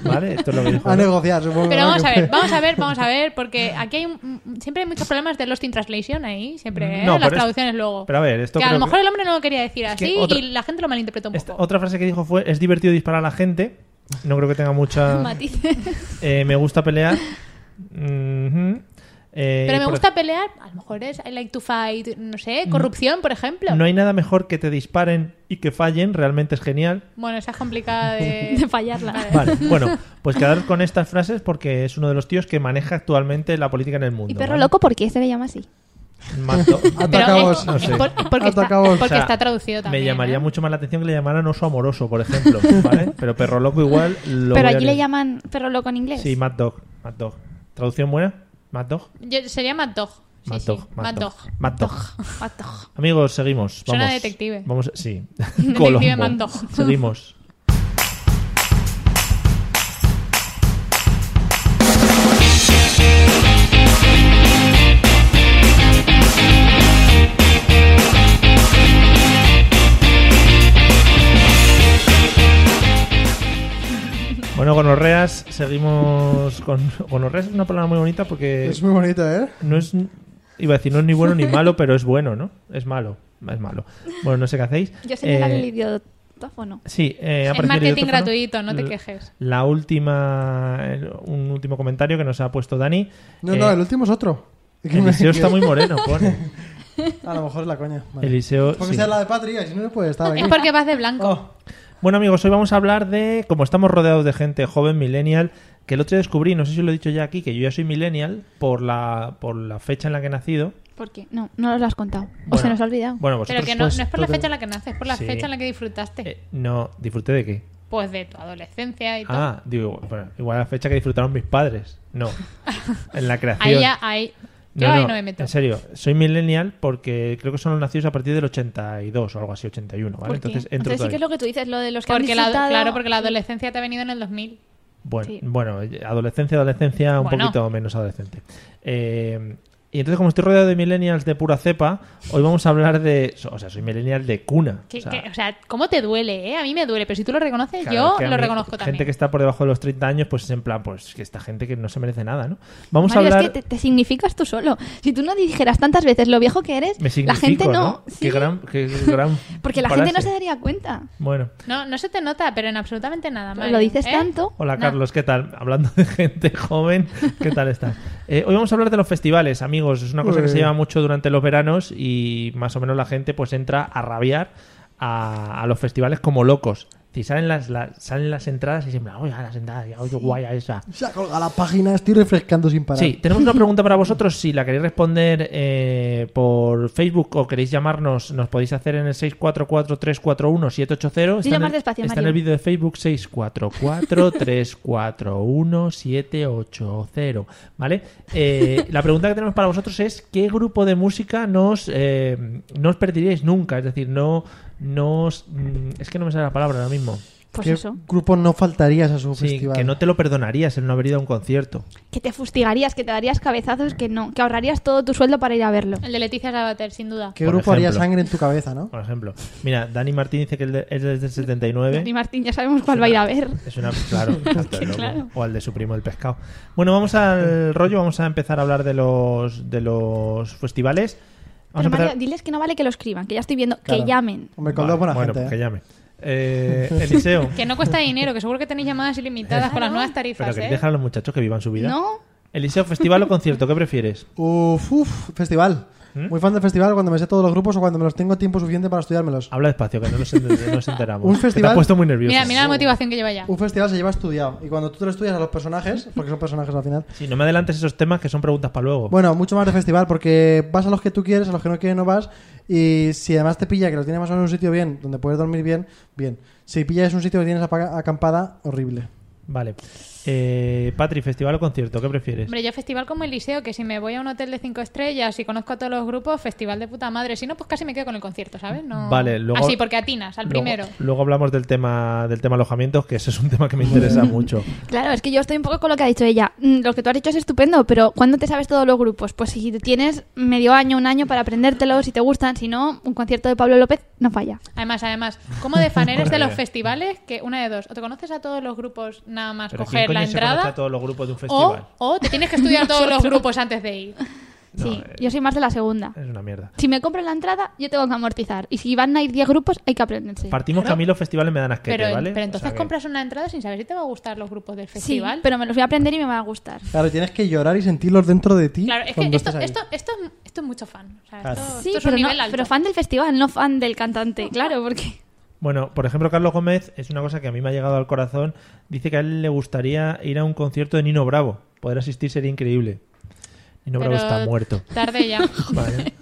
¿Vale? Esto es lo que dijo. A ¿no? negociar, supongo. Pero ¿no? vamos Que a ver, fue- vamos a ver, vamos a ver, porque aquí hay un- mm, siempre hay muchos problemas de Lost in Translation ahí, siempre, ¿eh? No, las pero es- traducciones luego. pero a ver, esto que a creo lo que- mejor el hombre no lo quería decir Es que así otra- y la gente lo malinterpretó un Esta- poco. otra frase que dijo fue: Es divertido disparar a la gente. No creo que tenga mucha. Matices. Eh, me gusta pelear. Mhm. Eh, Pero me por- Mm. gusta pelear, a lo mejor es I like to fight, no sé, corrupción, por ejemplo. No hay nada mejor que te disparen y que fallen, realmente es genial. Bueno, esa es complicada de de... fallarla. Vale, bueno, pues quedaros con estas frases porque es uno de los tíos que maneja actualmente la política en el mundo. ¿Y perro ¿vale? loco por qué se le llama así? Mato- Pero Atacabos. es, No es sé. por- es porque, está, Atacabos. es porque O sea, está traducido también. Me llamaría ¿eh? mucho más la atención que le llamaran oso amoroso, por ejemplo. ¿vale? Pero perro loco igual lo. Pero voy a allí le leer. llaman perro loco en inglés. Sí, Mad Dog. Mad Dog. ¿Traducción buena? Mad Dog. Yo- sería Mad Dog. Sí, Mad sí, Dog, Mad Mad Dog. Dog. Mad Dog. Mad Dog. Amigos, seguimos. Suena Vamos. detective. Vamos, sí. Detective Colombo. Mando. Seguimos. Bueno, gonorreas, seguimos con... Gonorreas es una palabra muy bonita porque Es muy bonito, ¿eh? no es iba a decir no es ni bueno ni malo pero es bueno no es malo es malo bueno no sé qué hacéis Yo señalaba Eh, el idiotófono. sí eh, ha Es aparecido marketing idiófono. gratuito, no te L- quejes. la última el- un último comentario que nos ha puesto Dani No, Eh, no, el último es otro. Es que me- Eliseo está muy moreno pone A lo mejor es la coña. Vale. Eliseo Porque sí. sea la de Patria, si no, no puede Eh, estar aquí. Es porque vas de blanco. Oh, Bueno, amigos, hoy vamos a hablar de como estamos rodeados de gente joven, millennial, que el otro día descubrí, no sé si lo he dicho ya aquí, que yo ya soy millennial por la, por la fecha en la que he nacido. ¿Por qué? No, no os lo has contado. o Bueno, se nos ha olvidado. Bueno, Pero vosotros que no, pues, no es por la todo- fecha en la que naces, es por la Sí. fecha en la que disfrutaste. Eh, no, disfruté de qué. Pues de tu adolescencia y todo. Ah, digo, bueno, igual la fecha que disfrutaron mis padres. No, en la creación. ahí ya, ahí. Yo ahí no me meto. En serio, soy millennial porque creo que son los nacidos a partir del 82 o algo así, 81, ¿vale? ¿Por qué? Entonces entro Entonces sí que es todavía. lo que tú dices, lo de los que han Porque la, disfrutado- claro, porque la adolescencia te ha venido en el 2000. Bueno, Sí. bueno, adolescencia, adolescencia, un Bueno. poquito menos adolescente. Eh, y entonces, como estoy rodeado de millennials de pura cepa, hoy vamos a hablar de. O sea, soy millennial de cuna. Que- o sea, que- o sea, ¿cómo te duele, eh? A mí me duele, pero si tú lo reconoces, Claro, yo es que a lo mí, reconozco gente también. que está por debajo de los 30 años, pues es en plan, pues que esta gente que no se merece nada, ¿no? Vamos Mario, a hablar. es que te, te significas tú solo. Si tú no dijeras tantas veces lo viejo que eres, Me la significo, gente no. ¿no? Sí, Qué gran, qué gran porque la gente no frase. se daría cuenta. Bueno. No, no se te nota, pero en absolutamente nada más. ¿eh? lo dices tanto. Hola Carlos, ¿qué tal? Hablando de gente joven, ¿qué tal estás? Eh, hoy vamos a hablar de los festivales, amigos. Es una cosa que Uy. se lleva mucho durante los veranos y más o menos la gente pues entra a rabiar a, a los festivales como locos. Si salen las, las- salen las entradas y siempre, oye, las entradas, ya, oye, guay a esa. Se ha colgado la página, estoy refrescando sin parar. Sí, tenemos una pregunta para vosotros. Si la queréis responder eh, por Facebook o queréis llamarnos, nos podéis hacer en el 644-341-780. Está Sí, en más el- despacio, Está en Mario. el vídeo de Facebook 644-341-780. ¿Vale? Eh, la pregunta que tenemos para vosotros es: ¿qué grupo de música nos, eh, no os perderíais nunca? Es decir, no. no os- mm, es que no me sale la palabra ahora mismo. Pues ¿Qué eso. grupo no faltarías a su Sí, festival? que no te lo perdonarías el no haber ido a un concierto. Que te fustigarías, que te darías cabezazos, que no. Que ahorrarías todo tu sueldo para ir a verlo. El de Leticia Sabater, sin duda. ¿Qué Por grupo haría ejemplo. sangre en tu cabeza, no? Por ejemplo, mira, Dani Martín dice que él de- es desde el 79. Y Martín, ya sabemos cuál va a ir a ver. ¿Eh? Es una, claro, exacto, el lobo. claro. o al de su primo el pescado. Bueno, vamos al rollo, vamos a empezar a hablar de los de los festivales. Vamos Pero a Mario, empezar. diles que no vale que lo escriban, que ya estoy viendo. Claro. Que llamen. Hombre, con Vale, dos buena bueno, gente. pues ¿eh? que llame. Eh, Eliseo, Que no cuesta dinero, que seguro que tenéis llamadas ilimitadas con las nuevas pero tarifas, que ¿eh? dejan a los muchachos que vivan su vida. ¿No? Eliseo, festival o concierto, ¿qué prefieres? Uf, uf, festival. ¿Mm? Muy fan del festival cuando me sé todos los grupos o cuando me los tengo tiempo suficiente para estudiármelos. Habla despacio, que no nos, ent- no nos enteramos. Un Que Te festival- has puesto muy nervioso. Mira, mira la motivación que lleva ya. Un festival se lleva estudiado y cuando tú te lo estudias a los personajes, porque son personajes al final, Sí, no me adelantes esos temas que son preguntas para luego. Bueno, mucho más de festival, porque vas a los que tú quieres, a los que no quieres no vas. Y si además te pilla que lo tienes más o menos en un sitio bien, donde puedes dormir bien, bien. Si pillas un sitio que tienes apaga- acampada, horrible. Vale. Eh, Patri, festival o concierto, ¿qué prefieres? Hombre, yo festival como el liceo, que si me voy a un hotel de cinco estrellas y conozco a todos los grupos, festival de puta madre. Si no, pues casi me quedo con el concierto, ¿sabes? No... Vale, luego- Así, porque atinas al Luego- primero. Luego, hablamos del tema del tema alojamientos, que ese es un tema que me interesa mucho. Claro, es que yo estoy un poco con lo que ha dicho ella. Mm, Lo que tú has dicho es estupendo, pero ¿cuándo te sabes todos los grupos? Pues si tienes medio año, un año para aprendértelos, si te gustan, si no, un concierto de Pablo López no falla. Además, además, como de fan eres de los festivales, que una de dos, o te conoces a todos los grupos nada más Pero ¿quién coger la coño se conoce a entrada, todos los grupos de un o, festival? o te tienes que estudiar todos los grupos antes de ir. sí, eh, yo soy más de la segunda. Es una mierda. Si me compro la entrada, yo tengo que amortizar. Y si van a ir 10 grupos, hay que aprenderse. Partimos que a mí los festivales me dan asquete, Pero, ¿vale? pues pero O entonces sea que- compras una entrada sin saber si te va a gustar los grupos del Sí, festival. pero me los voy a aprender y me van a gustar. Claro, tienes que llorar y sentirlos dentro de ti. Claro, es que cuando esto, estés ahí. esto, esto, esto es mucho fan. O sea, Ah, Claro. esto, Sí, esto es pero, un no- nivel alto. pero fan del festival, no fan del cantante, claro, porque... Bueno, por ejemplo, Carlos Gómez es una cosa que a mí me ha llegado al corazón. Dice que a él le gustaría ir a un concierto de Nino Bravo. Poder asistir sería increíble. Nino Pero Bravo está muerto. Tarde ya. Vale.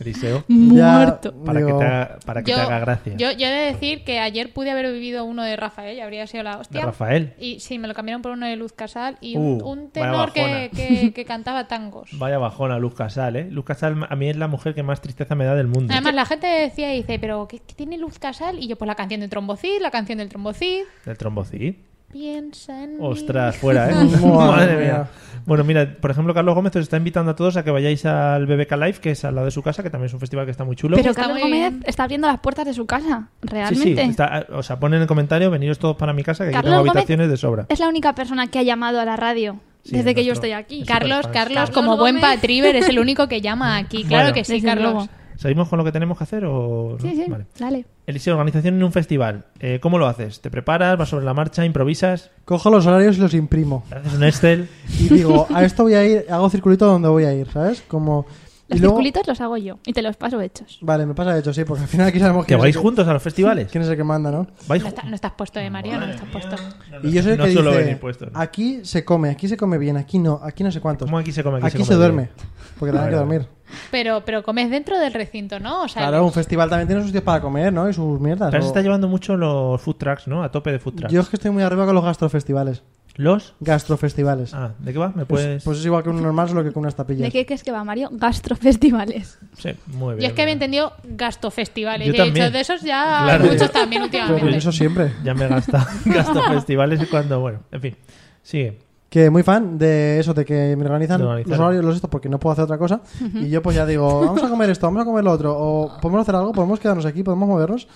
Eliseo, Ya, Muerto. para que digo, te haga, para que yo, te haga gracia. Yo, yo he de decir que ayer pude haber vivido uno de Rafael, y habría sido la hostia. De Rafael. Y sí, me lo cambiaron por uno de Luz Casal y un, Uh, un vaya tenor que, bajona. que- que cantaba tangos. Vaya bajona, Luz Casal, ¿eh? Luz Casal a mí es la mujer que más tristeza me da del mundo. Además, la gente decía y dice, pero ¿qué, qué tiene Luz Casal? Y yo, pues la canción de Trombocid, la canción del Trombocid. Del trombocid. Piensa en. mí. Ostras, fuera, ¿eh? Madre Madre mía. mía. Bueno, mira, por ejemplo, Carlos Gómez os está invitando a todos a que vayáis al BBK Live, que es al lado de su casa, que también es un festival que está muy chulo. Pero Está Carlos muy Gómez bien. está abriendo las puertas de su casa, sí, sí, realmente. está, eh, o sea, pon en el comentario, veniros todos para mi casa, que aquí Carlos tengo Gómez- habitaciones de sobra. Es la única persona que ha llamado a la radio Sí, desde que yo nuestro- estoy aquí. es Carlos, Superfans. Carlos, Carlos como buen Gómez. patriver, es el único que llama aquí. Claro Bueno. que sí, Desde Carlos. luego. ¿Seguimos con lo que tenemos que hacer o...? no? Sí, sí, Vale. dale. Eliseo, organización en un festival. Eh, ¿Cómo lo haces? ¿Te preparas? ¿Vas sobre la marcha? ¿Improvisas? Cojo los horarios y los imprimo. ¿Haces un Excel? Y digo, a esto voy a ir, hago circulito donde voy a ir, ¿sabes? Como. Los y luego- circulitos los hago yo y te los paso hechos. Vale, me pasa de hecho, sí, porque al final aquí sabemos ¿Que quién es vais el juntos a los festivales? ¿Quién es el que manda, no? ¿Vais No, ju- está- no estás puesto de María, no estás puesto. Y yo soy el no que suelo dice, venir puesto, ¿no? aquí se come, aquí se come bien, aquí no, aquí no sé cuántos. ¿Cómo aquí se come? Aquí, Aquí, come se, duerme, bien? porque tenemos que Claro. dormir. Pero, pero comes dentro del recinto, ¿no? O sea, Claro, un festival también tiene sus sitios para comer, ¿no? Y sus mierdas. Pero se o- está llevando mucho los food trucks, ¿no? A tope de food trucks. Yo es que estoy muy arriba con los gastrofestivales. ¿Los? Gastrofestivales. Ah, ¿de qué va? ¿Me pues, puedes...? pues es igual que un normal, solo que con unas tapillas. ¿De qué crees que va, Mario? Gastrofestivales. Sí, muy bien. Yo es que había bien. entendido gastofestivales. Yo y he dicho, también. de esos ya Claro. muchos también Pero últimamente. pues eso siempre. Ya me he gastado, gasto festivales y cuando, bueno, en fin. Sigue. Que muy fan de eso, de que me organizan De organizar. los horarios, los estos, porque no puedo hacer otra cosa. Y yo pues ya digo, vamos a comer esto, vamos a comer lo otro. O podemos hacer algo, podemos quedarnos aquí, podemos movernos.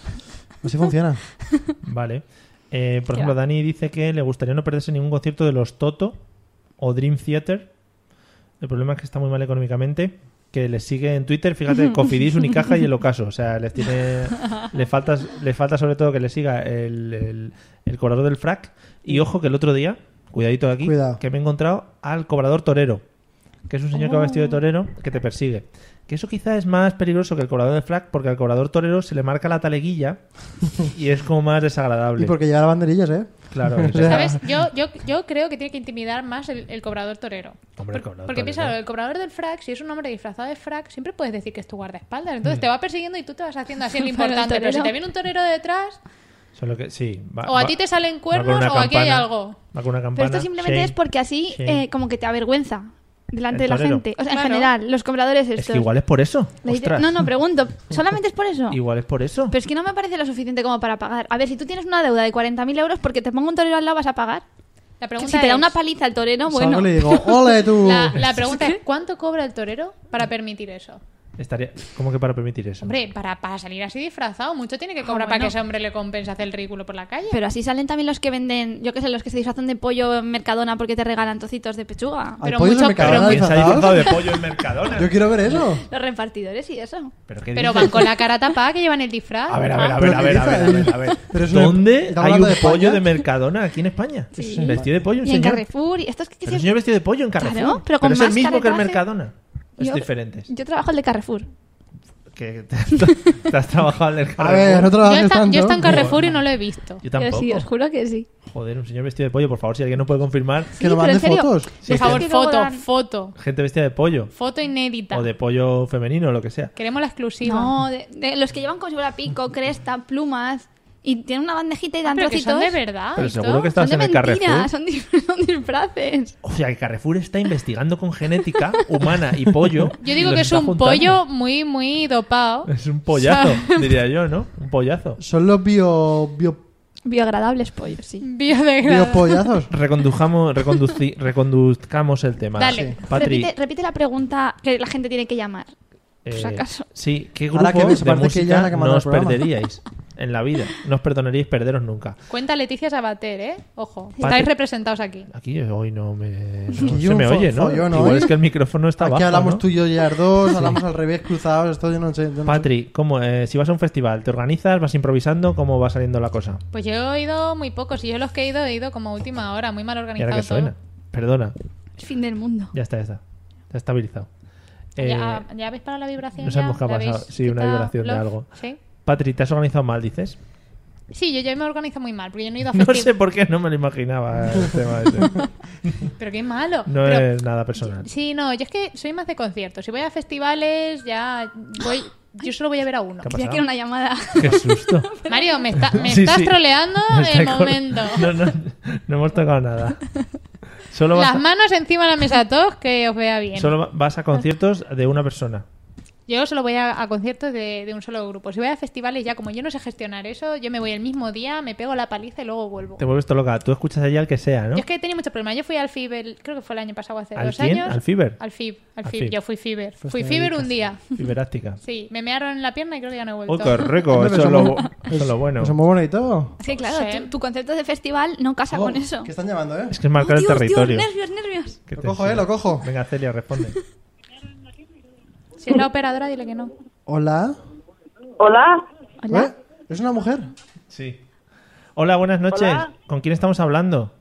Así funciona. Vale. Eh, por ¿Qué ejemplo, va? Dani dice que le gustaría no perderse ningún concierto de los Toto o Dream Theater. El problema es que está muy mal económicamente. Que les sigue en Twitter, fíjate, Cofidis, Unicaja y el Ocaso. O sea, les tiene. Le falta, le falta sobre todo que le siga el, el, el cobrador del frac. Mm. Y ojo que el otro día, cuidadito aquí, Cuidado. Oh. que me he encontrado al cobrador torero. Que es un señor que va vestido de torero que te persigue. Que eso quizá es más peligroso que el cobrador de flag, porque al cobrador torero se le marca la taleguilla y es como más desagradable. Y porque lleva banderillas, ¿eh? Claro, O o sea, sea, ¿Sabes? Yo, yo, yo creo que tiene que intimidar más el, el cobrador torero. Hombre, el cobrador Porque torero. piénsalo, el cobrador del frac, si es un hombre disfrazado de frac, siempre puedes decir que es tu guardaespaldas. Mm. Entonces te va persiguiendo y tú te vas haciendo así el Para el importante. Pero si torero. te viene un torero detrás, solo que, sí, va- o a va- ti te salen va con cuernos una o aquí hay campana, algo. Va con una campana. Pero esto simplemente Shane. es porque así sí. eh, como que te avergüenza delante El de la torero. gente. O sea, en Claro. general, los cobradores estos. Es que igual es por eso. La idea- Ostras. No, no, pregunto. ¿Solamente es por eso? Igual es por eso. Pero es que no me parece lo suficiente como para pagar. A ver, si tú tienes una deuda de 40.000 euros porque te pongo un torero al lado, ¿vas a pagar? La pregunta si te da es- una paliza el torero, Salgo bueno. y le digo, ¡ole tú! Ah, La, la pregunta es, ¿cuánto cobra el torero para permitir eso? Estaría... ¿Cómo que para permitir eso? Hombre, para, para salir así disfrazado, mucho tiene que cobrar para bueno. que ese hombre le compense hacer el ridículo por la calle. Pero así salen también los que venden, yo qué sé, los que se disfrazan de pollo en Mercadona porque te regalan trocitos de pechuga. Al pero pollo mucho- se me pero cagará mucho- ¿Quién se ha disfrazado disfrazado. de pollo en Mercadona? Yo quiero ver eso. Los repartidores y eso. ¿Pero qué Pero dices? van con la cara tapada que llevan el disfraz. A ver, a ver, a Pero ver, a ver, a ver, a ver, a ver. Pero es una- ¿Dónde estamos hay un hablando de pollo España. de Mercadona aquí en España? Vestido de pollo, un y en señor. Carrefour. Y esto es que... que Pero un si- señor vestido de pollo en Carrefour. Claro, pero con es el más mismo que el caretaje. Mercadona. Es yo- diferente. Yo trabajo el de Carrefour. Que te, te has trabajado en el A Carrefour. ver, no Yo trabajes está- tanto. yo está en Carrefour y no lo he visto. Yo Yo tampoco. sí, os juro que sí. Joder, un señor vestido de pollo, por favor, si alguien no puede confirmar. Que nos Sí, pero manden en serio, fotos. de Sí, Por sí. favor, que luego foto, dan- foto. Gente vestida de pollo. Foto inédita. O de pollo femenino, o lo que sea. Queremos la exclusiva. No, de, de los que llevan como si fuera pico, cresta, plumas. Y tienen una bandejita y dan Ah, pero que trocitos. son de verdad. Pero esto. seguro que Son estabas de en el mentira, Carrefour. son, dis- son disfraces. O sea, que Carrefour está investigando con genética humana y pollo. Yo y digo los que es está un juntando. pollo muy, muy dopado. Es un pollazo, diría yo, ¿no? Un pollazo. Son los bio... bio... Biodegradables pollos, sí. Biodegradable. biopollazos. Recondujamos, reconduci- reconduzcamos el tema. Dale. Sí. Patri, Repite, repite la pregunta que la gente tiene que llamar. por si eh, acaso. sí, ¿qué Ahora que grupos ves, de parece que ya música la que manda no el os programa. perderíais en la vida? No os perdonaríais perderos nunca. Cuenta Leticia Sabater, ¿eh? Ojo, Patri- estáis representados aquí. Aquí hoy no me... no Aquí se un me fo- oye, ¿no? follón Igual hoy. es que el micrófono está Aquí bajo, hablamos ¿no? tú y yo ya dos, hablamos al revés, cruzados, esto yo no sé. yo no sé. Patri, ¿cómo, eh, si vas a un festival, ¿te organizas? ¿Vas improvisando? ¿Cómo va saliendo la cosa? Pues yo he ido muy pocos y yo los que he ido he ido como a última hora, muy mal Y ahora organizado que todo. suena. Perdona. Es fin del mundo. Ya está, ya está. Está estabilizado. Eh, ¿Ya, ya habéis parado la vibración? no sabemos ya? qué ha ¿La habéis pasado. Sí, una quitado? vibración de ¿Lo- algo. ¿Sí? Patri, ¿te has organizado mal, dices? Sí, yo ya me organizo muy mal, porque yo no he ido a No festiv- sé por qué no me lo imaginaba el tema ese. Pero qué malo. No Pero- es nada personal. Sí, no, yo es que soy más de conciertos. Si voy a festivales, ya voy... Yo solo voy a ver a uno. ¿Qué ha Ya pasado? quiero una llamada. Qué susto. Mario, me, está- me Sí, estás sí. troleando No de está con- momento. No, no, no hemos tocado nada. Solo vas, Las manos encima de la mesa a todos, que os vea a, bien. solo va- vas a conciertos de una persona. Yo solo voy a, a conciertos de, de un solo grupo. Si voy a festivales, ya como yo no sé gestionar eso, yo me voy el mismo día, me pego la paliza y luego vuelvo. Te vuelves todo loca. Tú escuchas allá al que sea, ¿no? Yo es que he tenido muchos problemas. Yo fui al FIBER, creo que fue el año pasado, hace ¿Al dos quién? años. ¿Al FIBER? Al FIB, al Al FIB. FIB. Pues Yo fui FIBER. Fuiste fui de FIBER un vacaciones. día. Fiberáctica. Sí, me mearon en la pierna y creo que ya no he vuelto. ¡Uy, qué rico! Hombre, Eso es lo, somos- eso es lo bueno. Son muy bonitos. Es que claro, Sí. tu, tu concepto de festival no casa Oh, con eso. Que están llamando, ¿eh? Es que es marcar Oh, el Dios, Dios, territorio. nervios, nervios. Que Lo te cojo, eh, enseña. lo cojo. Venga, Celia, responde. Si es la operadora, dile que no. Hola. Hola, Hola. ¿Eh? ¿Es una mujer? Sí. Hola, buenas noches. Hola. ¿Con quién estamos hablando?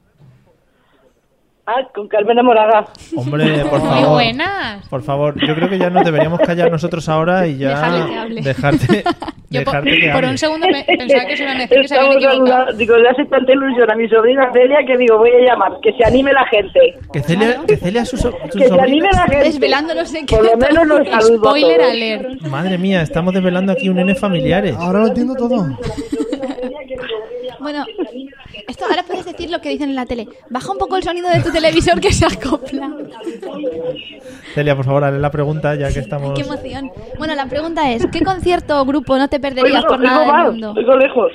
ah, con Carmen Moraga. Hombre, por Muy favor. buenas. Por favor, yo creo que ya nos deberíamos callar nosotros ahora y ya Dejarle que hable. dejarte, Yo po- dejarte que por hable. un segundo pe- pensaba que se iban a decir que se habían Estamos equivocado. saludando. Digo, le hace tanta ilusión a mi sobrina Celia que digo, voy a llamar, que se anime la gente. Que Celia, que Celia es su, so- su Que se anime sobrina. la gente. Desvelando los Por secretos. lo menos los saludo. a Spoiler todos. alert. Madre mía, estamos desvelando aquí un N familiares. Ah. Ahora lo entiendo todo. Bueno, esto ahora puedes decir lo que dicen en la tele. Baja un poco el sonido de tu televisor que se acopla. Celia, por favor, hazle la pregunta ya que Ay, estamos. qué emoción. Bueno, la pregunta es, ¿qué concierto o grupo no te perderías Oigo, por oigo nada mal, del mundo? oigo lejos.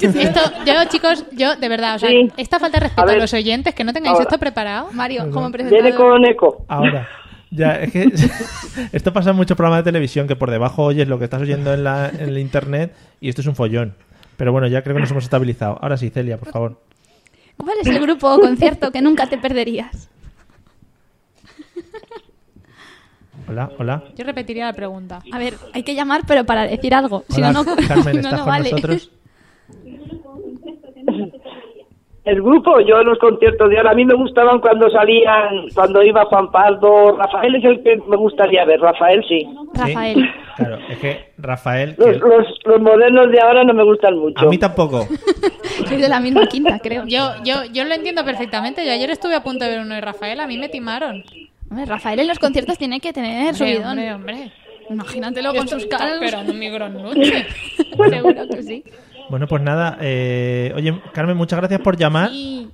Esto, yo, chicos, yo, de verdad, o sea, Sí. esta falta de respeto A a, ver. los oyentes, que no tengáis Ahora. esto preparado. Mario, como Viene presentador. con eco. Ahora. Ya, es que esto pasa en muchos programas de televisión que por debajo oyes lo que estás oyendo en la en el internet y esto es un follón. Pero bueno, ya creo que nos hemos estabilizado. Ahora sí, Celia, por favor. ¿Cuál es el grupo o concierto que nunca te perderías? Hola, hola. Yo repetiría la pregunta. A ver, hay que llamar, pero para decir algo. Si no, Hola, no, Carmen, no, ¿estás no con vale. nosotros? El grupo, yo en los conciertos de ahora, a mí me gustaban cuando salían, cuando iba Juan Pardo. Rafael es el que me gustaría ver, Rafael sí. Rafael. Sí, Claro, es que Rafael. que- Los, los, los modernos de ahora no me gustan a mucho. mí tampoco. Soy de la misma quinta, creo. Yo, yo, yo lo entiendo perfectamente. Yo ayer estuve a punto de ver uno de Rafael, a mí me timaron. Hombre, Rafael en los conciertos tiene que tener Hombre, subidón. hombre, hombre. Imagínatelo Yo con sus estoy caras. esperando mi gran noche. Seguro que sí. Bueno, pues nada. eh, oye, Carmen, muchas gracias por llamar. Y-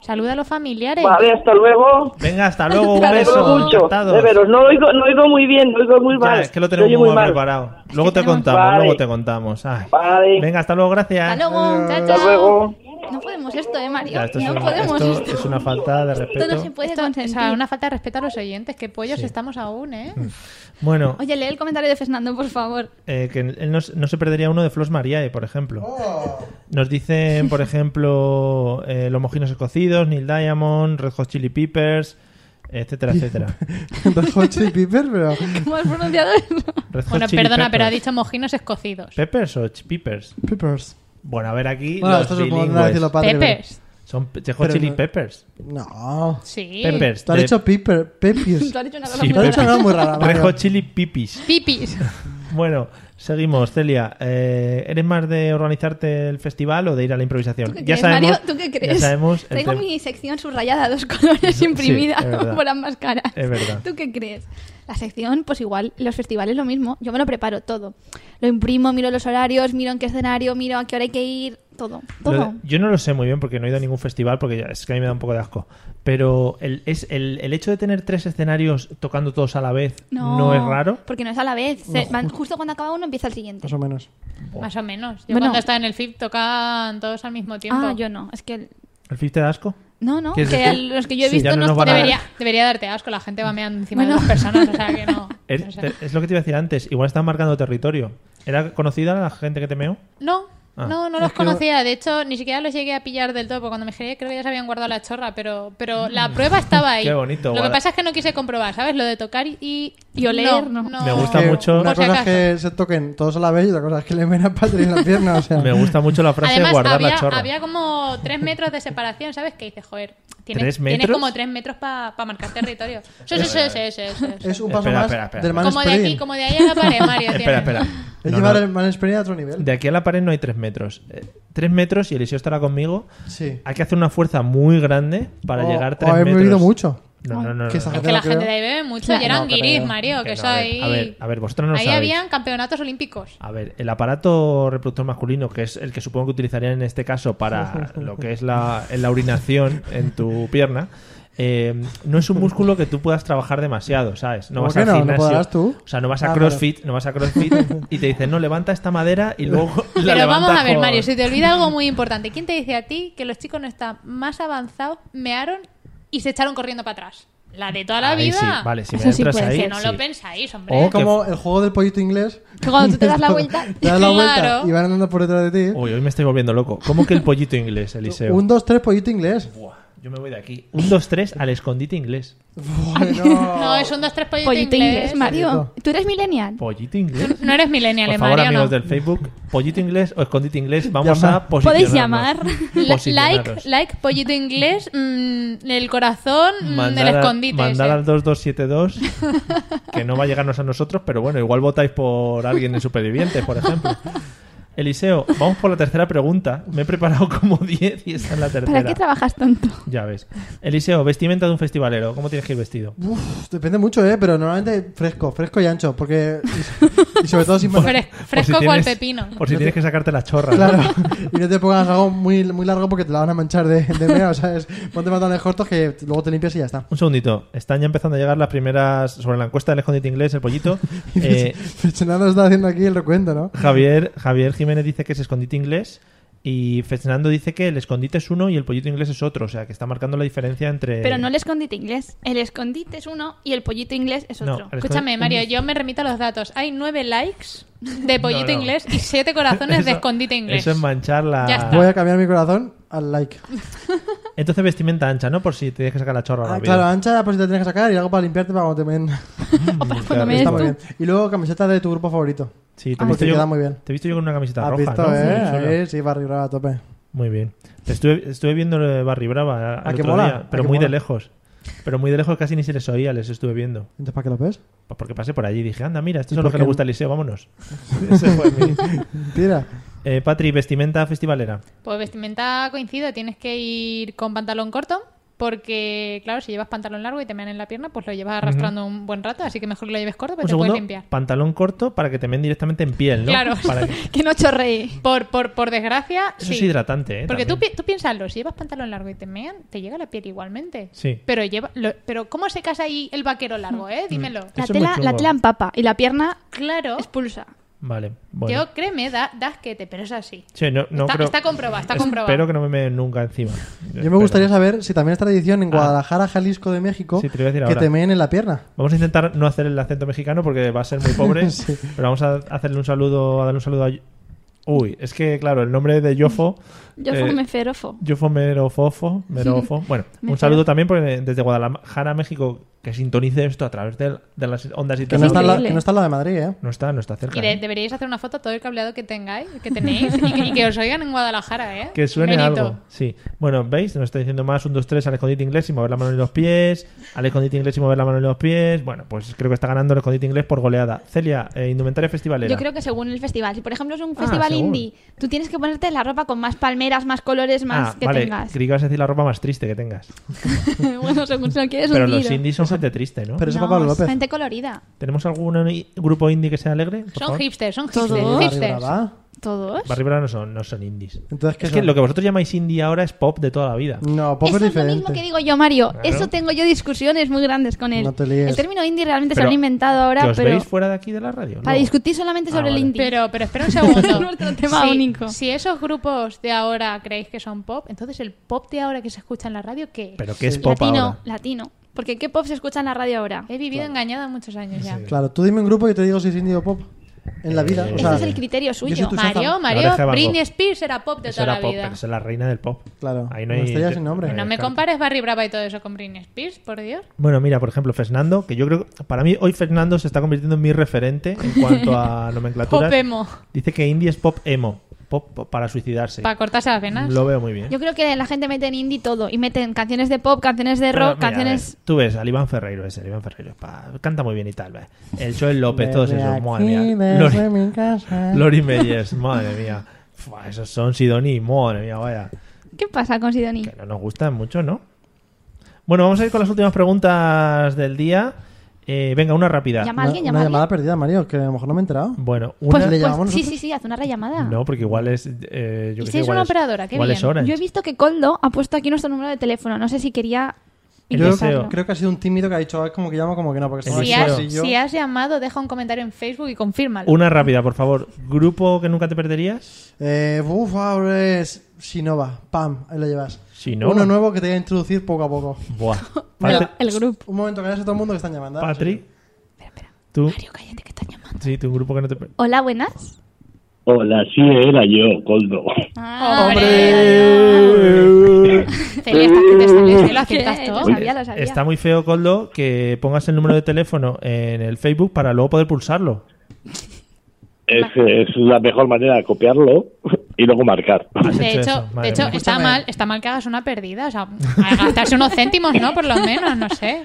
Saluda a los familiares. Vale, hasta luego. Venga, hasta luego. Un Hasta Te beso. veo mucho. encantados. De veros, no oigo, no oigo muy bien, no oigo muy Ya, mal. es que lo Te tenemos oye muy muy mal mal. preparado. Luego te tenemos- contamos, Vale. luego te contamos. Ay. Vale. Venga, hasta luego, gracias. Hasta luego. Chao, Hasta chao. luego. No podemos esto, ¿eh, Mario? Ya, esto es no una- podemos esto esto. es una falta de Esto no respeto. se puede Esto, o consentir. sea, una falta de respeto a los oyentes. Que pollos estamos aún, ¿eh? Bueno, Oye, lee el comentario de Fernando, por favor. eh, que él no, se- no se perdería uno de Flos Mariae, por ejemplo. Oh. Nos dicen, por ejemplo, eh, Los Mojinos Escocidos, Neil Diamond, Red Hot Chili Peppers, etcétera, etcétera. Red Hot Chili Peppers, pero... ¿Cómo has pronunciado eso? Red Hot Bueno, Chili perdona, pero ha Peppers. dicho mojinos escocidos. ¿Peppers o ch- peppers? Peppers. Bueno, a ver aquí Bueno, los esto supongo que no bilingües. va a decir los padres. Peppers. Son pe- Red Hot Pero Chili no- Peppers. pero- No. Sí. Peppers. Te has de- dicho Pepper, Peppers. Tú has dicho una cosa Sí, muy Te has rara. dicho Peppers. una muy rara. Red Mario. Hot Chili Pipis. Pipis. Bueno, seguimos, Celia. Eh, ¿Eres más de organizarte el festival o de ir a la improvisación? ¿Tú qué ya crees, sabemos, Mario? ¿Tú qué crees? Ya sabemos. el Tengo tem- mi sección subrayada a dos colores Sí, imprimida es verdad. por ambas caras. Es verdad. ¿Tú qué crees? La sección, pues igual, los festivales lo mismo. Yo me lo preparo todo. Lo imprimo, miro los horarios, miro en qué escenario, miro a qué hora hay que ir, todo. Lo de- Todo. yo no lo sé muy bien porque no he ido a ningún festival porque ya- es que a mí me da un poco de asco. Pero el, es el, el hecho de tener tres escenarios tocando todos a la vez no, es raro. Porque no es a la vez. Se- van- justo cuando acaba uno empieza el siguiente. Más o menos. Más o menos. Yo Bueno. cuando estaba en el FIP tocaban todos al mismo tiempo. Ah, yo no. Es que. el- ¿El FIF te da asco? No, no. Pues ¿Quieres Que decir? los que yo he Sí, visto ya no no, nos van a- debería. Debería, debería darte asco, la gente va meando encima Bueno. de las personas, o sea que no. Er- O sea, te- es lo que te iba a decir antes. Igual están marcando territorio. ¿Era conocida la gente que te meó? No, Ah. no, no los conocía. De hecho, ni siquiera los llegué a pillar del todo. Porque cuando me giré, creo que ya se habían guardado la chorra. Pero, pero la prueba estaba ahí. Mm. Qué bonito, Lo que guarda- pasa es que no quise comprobar, ¿sabes? Lo de tocar y, Y oler, no. Me gusta Que mucho- Una Por si cosa acaso. es que se toquen todos a la vez y otra cosa es que le ven a Patrick en la pierna. O sea, Me gusta mucho la frase Además, guardar la había, chorra. había como tres metros de separación, ¿sabes? Que dices, joder, ¿Tres tienes, metros? tienes como tres metros para marcar territorio. Sí, sí, sí, sí, sí, sí, sí. es un paso Espera, más espera, espera. del Como de manspreading. aquí, como de ahí a la pared, Mario. Espera, tienes. espera. Es No, llevar no. el manspreading a otro nivel. De aquí a la pared no hay tres metros. Eh, tres metros, y Eliseo estará conmigo, Sí. Oh, hay que hacer una fuerza muy grande para O- llegar o tres haber metros. bebido mucho. No, no, no. Que no, esa no. Es que la Yo gente creo- de ahí bebe mucho Claro, y eran no, pero- guiris, Mario, que, Que eso no, a ver, ahí... A ver, a ver, vosotros no ahí sabéis. habían campeonatos olímpicos. A ver, el aparato reproductor masculino, que es el que supongo que utilizarían en este caso para lo que es la, la orinación en tu pierna, eh, no es un músculo que tú puedas trabajar demasiado, ¿sabes? No ¿Cómo vas que al no? ¿No gimnasio. podrás tú? O sea, no vas a Ah, CrossFit, no vas a CrossFit y te dicen, no, levanta esta madera y luego la Pero vamos levantas a ver, con- Mario, si te olvida algo muy importante. ¿Quién te dice a ti que los chicos no están más avanzados, mearon y se echaron corriendo para atrás? La de toda la Ahí vida. sí, vale, si me Eso sí entras puede ahí, Que no sí. Oh. lo pensáis, hombre. O Es como el juego del pollito inglés. Que cuando tú te das la vuelta. Te das la vuelta Claro. y van andando por detrás de ti. Uy, hoy me estoy volviendo loco. ¿Cómo que el pollito inglés, Eliseo? Un, dos, tres, pollito inglés. Buah, yo me voy de aquí. Un, dos, tres, al escondite inglés. Bueno. No, es un dos tres pollito, Pollito inglés. inglés, Mario. ¿Tú eres millennial? Pollito inglés. Tú No eres millennial, Por eh, favor, Mario, amigos no. del Facebook, pollito inglés o escondite inglés, vamos Llama. a posicionarnos. Podéis llamar. La- Like, mm, Posicionaros. like, pollito inglés, mm, el corazón mm, Mandar, del a- escondite. mandar ese. al 2272, que no va a llegarnos a nosotros, pero bueno, igual votáis por alguien en Supervivientes, por ejemplo. Eliseo, vamos por la tercera pregunta. Me he preparado como 10 y esta es la ¿Para qué tercera. trabajas tanto? Ya ves. Eliseo, vestimenta de un festivalero. ¿Cómo tienes que ir vestido? Uf, depende mucho, ¿eh? Pero normalmente fresco, fresco y ancho. Porque. Y, y sobre todo sin. Fre- fresco Por si cual tienes- pepino. Por si tienes que sacarte la chorra. Claro, y no te pongas algo muy, muy largo porque te la van a manchar de, de mea, ¿sabes? Ponte pantalones cortos que luego te limpias y ya está. Un segundito. Están ya empezando a llegar las primeras sobre la encuesta del escondite inglés, el pollito. Eh, Fernando Pues está haciendo aquí el recuento, ¿no? Javier, Javier Jiménez dice que es escondite inglés y Fernando dice que el escondite es uno y el pollito inglés es otro, o sea que está marcando la diferencia entre... Pero no el escondite inglés. El escondite es uno y el pollito inglés es No, otro. el Escúchame, escondi- Mario, yo me remito a los datos. Hay nueve likes de pollito No, no. inglés y siete corazones Eso- de escondite inglés. Eso es manchar la... Ya está. Voy a cambiar mi corazón al like. Ah, Entonces vestimenta ancha, ¿no? Por si te dejes sacar la chorra Ah, rápido. claro, ancha, pues te tienes que sacar y algo para limpiarte para cuando te ven. Mm, cuando qué me des Está rico. muy bien. Y luego camiseta de tu grupo favorito. Sí, te he visto Porque ah, pues te yo- queda muy bien. Te he visto yo con una camiseta Has roja, visto, ¿no? ¿eh? Sí, solo. Ahí sí, para arriba a tope. Muy bien. Te estuve, estuve viendo lo de Barry Brava eh, el ¿A Ah, que otro mola? día, ¿A pero que muy de mola? lejos. Pero muy de lejos casi ni se les oía, les estuve viendo. Entonces, ¿para qué lo ves? Pues porque pasé por allí y dije, anda, mira, esto ¿Y es lo que por qué le no? Pues gusta al liceo, vámonos. Ese fue mi... Tira. Eh, Patri, vestimenta festivalera. Pues vestimenta coincido, tienes que ir con pantalón corto. Porque, claro, si llevas pantalón largo y te mean en la pierna, pues lo llevas arrastrando un buen rato, así que mejor que lo lleves corto, Un porque te puedes segundo, limpiar. pantalón corto para que te men directamente en piel, ¿no? Claro. Para que- Que no chorree. Por, por, por desgracia, Eso sí. es hidratante, ¿eh? Porque tú, También. pi- tú piénsalo, si llevas pantalón largo y te mean, te llega la piel igualmente. Sí. Pero, lleva, lo- pero ¿cómo se casa ahí el vaquero largo, eh? Dímelo. La Eso es muy tela, la chungo. tela empapa y la pierna Claro, expulsa. Vale, bueno. yo créeme, da, da asquete, pero es así. Sí, no, no está, creo- está comprobado, está comprobado. Espero que no me meen nunca encima. Yo me gustaría saber si también es tradición en Ah. Guadalajara, Jalisco de México Sí, te lo iba a decir que ahora. te meen en la pierna. Vamos a intentar no hacer el acento mexicano porque va a ser muy pobre. Sí. Pero vamos a hacerle un saludo, a darle un saludo a. Uy, es que claro, el nombre de Yofo. Yo eh, fui meferofo. Yofo Merofofo. Merofo. Bueno, un Mejor. saludo también porque desde Guadalajara, México, que sintonice esto a través del- de las ondas y Que no, está al la, increíble. que no está al lado de Madrid, ¿eh? No está, no está cerca. Y de- ¿eh? deberíais hacer una foto todo el cableado que tengáis, que tenéis, y, que, y que os oigan en Guadalajara, ¿eh? Que suene Benito. algo. Sí. Bueno, ¿veis? Nos está diciendo más un 2-3 al escondite inglés y mover la mano en los pies. Al escondite inglés y mover la mano en los pies. Bueno, pues creo que está ganando el escondite inglés por goleada. Celia, eh, indumentaria festivalera. Yo creo que según el festival. Si, por ejemplo, es un Ah, festival según. indie, tú tienes que ponerte la ropa con más palmeras, más colores, más ah, que vale. tengas. Creí que ibas a decir la ropa más triste que tengas. bueno, según si lo quieres Pero un los tiro. indies son gente triste, ¿no? Pero eso No, es para Pablo es López. gente colorida. ¿Tenemos algún i- grupo indie que sea alegre? Por Son favor. hipsters, son Todos. hipsters. Barri hipsters. Brava. ¿Todos? Barry Brown no son, no son indies. Entonces, ¿qué Es que son? lo que vosotros llamáis indie ahora es pop de toda la vida. No, pop Eso es es lo diferente. mismo que digo yo, Mario. Claro. Eso tengo yo discusiones muy grandes con él. No te líes. El término indie realmente se Pero, lo han inventado ¿Que ahora, os pero veis fuera de aquí de la radio? para No. discutir solamente Ah, sobre vale. el indie. Pero, pero espera un segundo. Nuestro tema si, único. Si esos grupos de ahora creéis que son pop, entonces el pop de ahora que se escucha en la radio, ¿qué? es? ¿Pero qué es pop latino, ahora? latino. Porque ¿qué pop se escucha en la radio ahora? He vivido engañada muchos años ya. Claro, tú dime un grupo y yo te digo si es indie o pop. En la vida. Eh, o sea, Ese es el criterio soy suyo. tu Shazam. Mario, Ahora es que Mario, va Britney pop. Spears era pop de Eso toda era la pop, vida. pero eso es la reina del pop. Claro, Ahí no una hay- estrella sin nombre. hay No me escape. compares Barry Brava y todo eso con Britney Spears, por Dios. Bueno, mira, por ejemplo, Fernando, que yo creo que para mí hoy Fernando se está convirtiendo en mi referente en cuanto a nomenclaturas. Pop emo. Dice que indie es pop emo, pop, pop para suicidarse. Para cortarse las venas. Lo veo muy bien. Yo creo que la gente mete en indie todo y meten canciones de pop, canciones de rock, Pero, mira, canciones a ver, Tú ves al Iván Ferreiro ese, el Iván Ferreiro. pa, canta muy bien y tal. ¿ves? El Joel López, todos Desde esos. aquí, Madre mía. desde Lori, mi casa. Lori Meyers, madre mía. Fua, esos son Sidoni, madre mía, vaya. ¿Qué pasa con Sidoní? Que no nos gustan mucho, ¿no? Bueno, vamos a ir con las últimas preguntas del día. Eh, venga, una rápida. Llama Una, a alguien, llama una a llamada alguien. perdida, Mario, que a lo mejor no me he enterado. Bueno, una. Pues, ¿Le pues, llamamos sí, nosotros? sí, sí, haz una rellamada. No, porque igual es. eh, yo qué Y si sé, es igual una operadora, qué igual bien. es Orange. Yo he visto que Coldo ha puesto aquí nuestro número de teléfono. No sé si quería ingresarlo. deseo. Creo que ha sido un tímido que ha dicho, "Ah, es como que llamo, como que no, porque El estaba Si Bueno, has, aquí, yo- si has llamado, deja un comentario en Facebook y confírmalo. Una rápida, por favor. Grupo que nunca te perderías. Eh, uf, ahora es Sinova, pam, ahí lo llevas. Sinova. Uno nuevo que te voy a introducir poco a poco. Buah. Mira, Patri- El grupo. un momento que gracias a todo el mundo que están llamando. ¿eh? Patri, Espera, espera. tú. Mario, cállate que están llamando. Sí, tu grupo que no te per- Hola, buenas. Hola, sí era yo, Coldo. Ah, Celia, estás que te sales, que Eh, lo aciertas lo todo. sabía, lo sabía. Está muy feo, Coldo, que pongas el número de teléfono en el Facebook para luego poder pulsarlo. Es, es la mejor manera de copiarlo y luego marcar. Has De hecho eso, hecho, de madre hecho mía. está Escúchame. mal, está mal que hagas una perdida, o sea, a gastarse unos céntimos, ¿no? Por lo menos, no sé.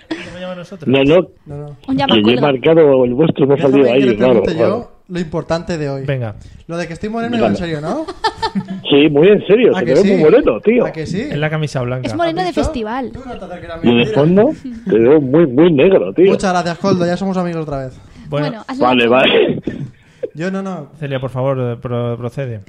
No, no, No, no. Un que yo he llamacuelga. marcado el vuestro, me ha Déjame salido que le ahí, claro. pregunte claro. yo lo importante de hoy. Venga. Lo de que estoy moreno iba en Vale. serio, ¿no? Sí, muy en serio, ¿A te que veo sí? muy moreno, tío. ¿A que sí? Es la camisa blanca. Es moreno de ¿Visto? festival. Tú no te acerques a mí, Y de mira. fondo te veo muy, muy negro, tío. Muchas gracias, Coldo, ya somos amigos otra vez. Bueno, Bueno, hazlo. Vale, vale. Yo no, no. Celia, por favor, eh, pro- procede.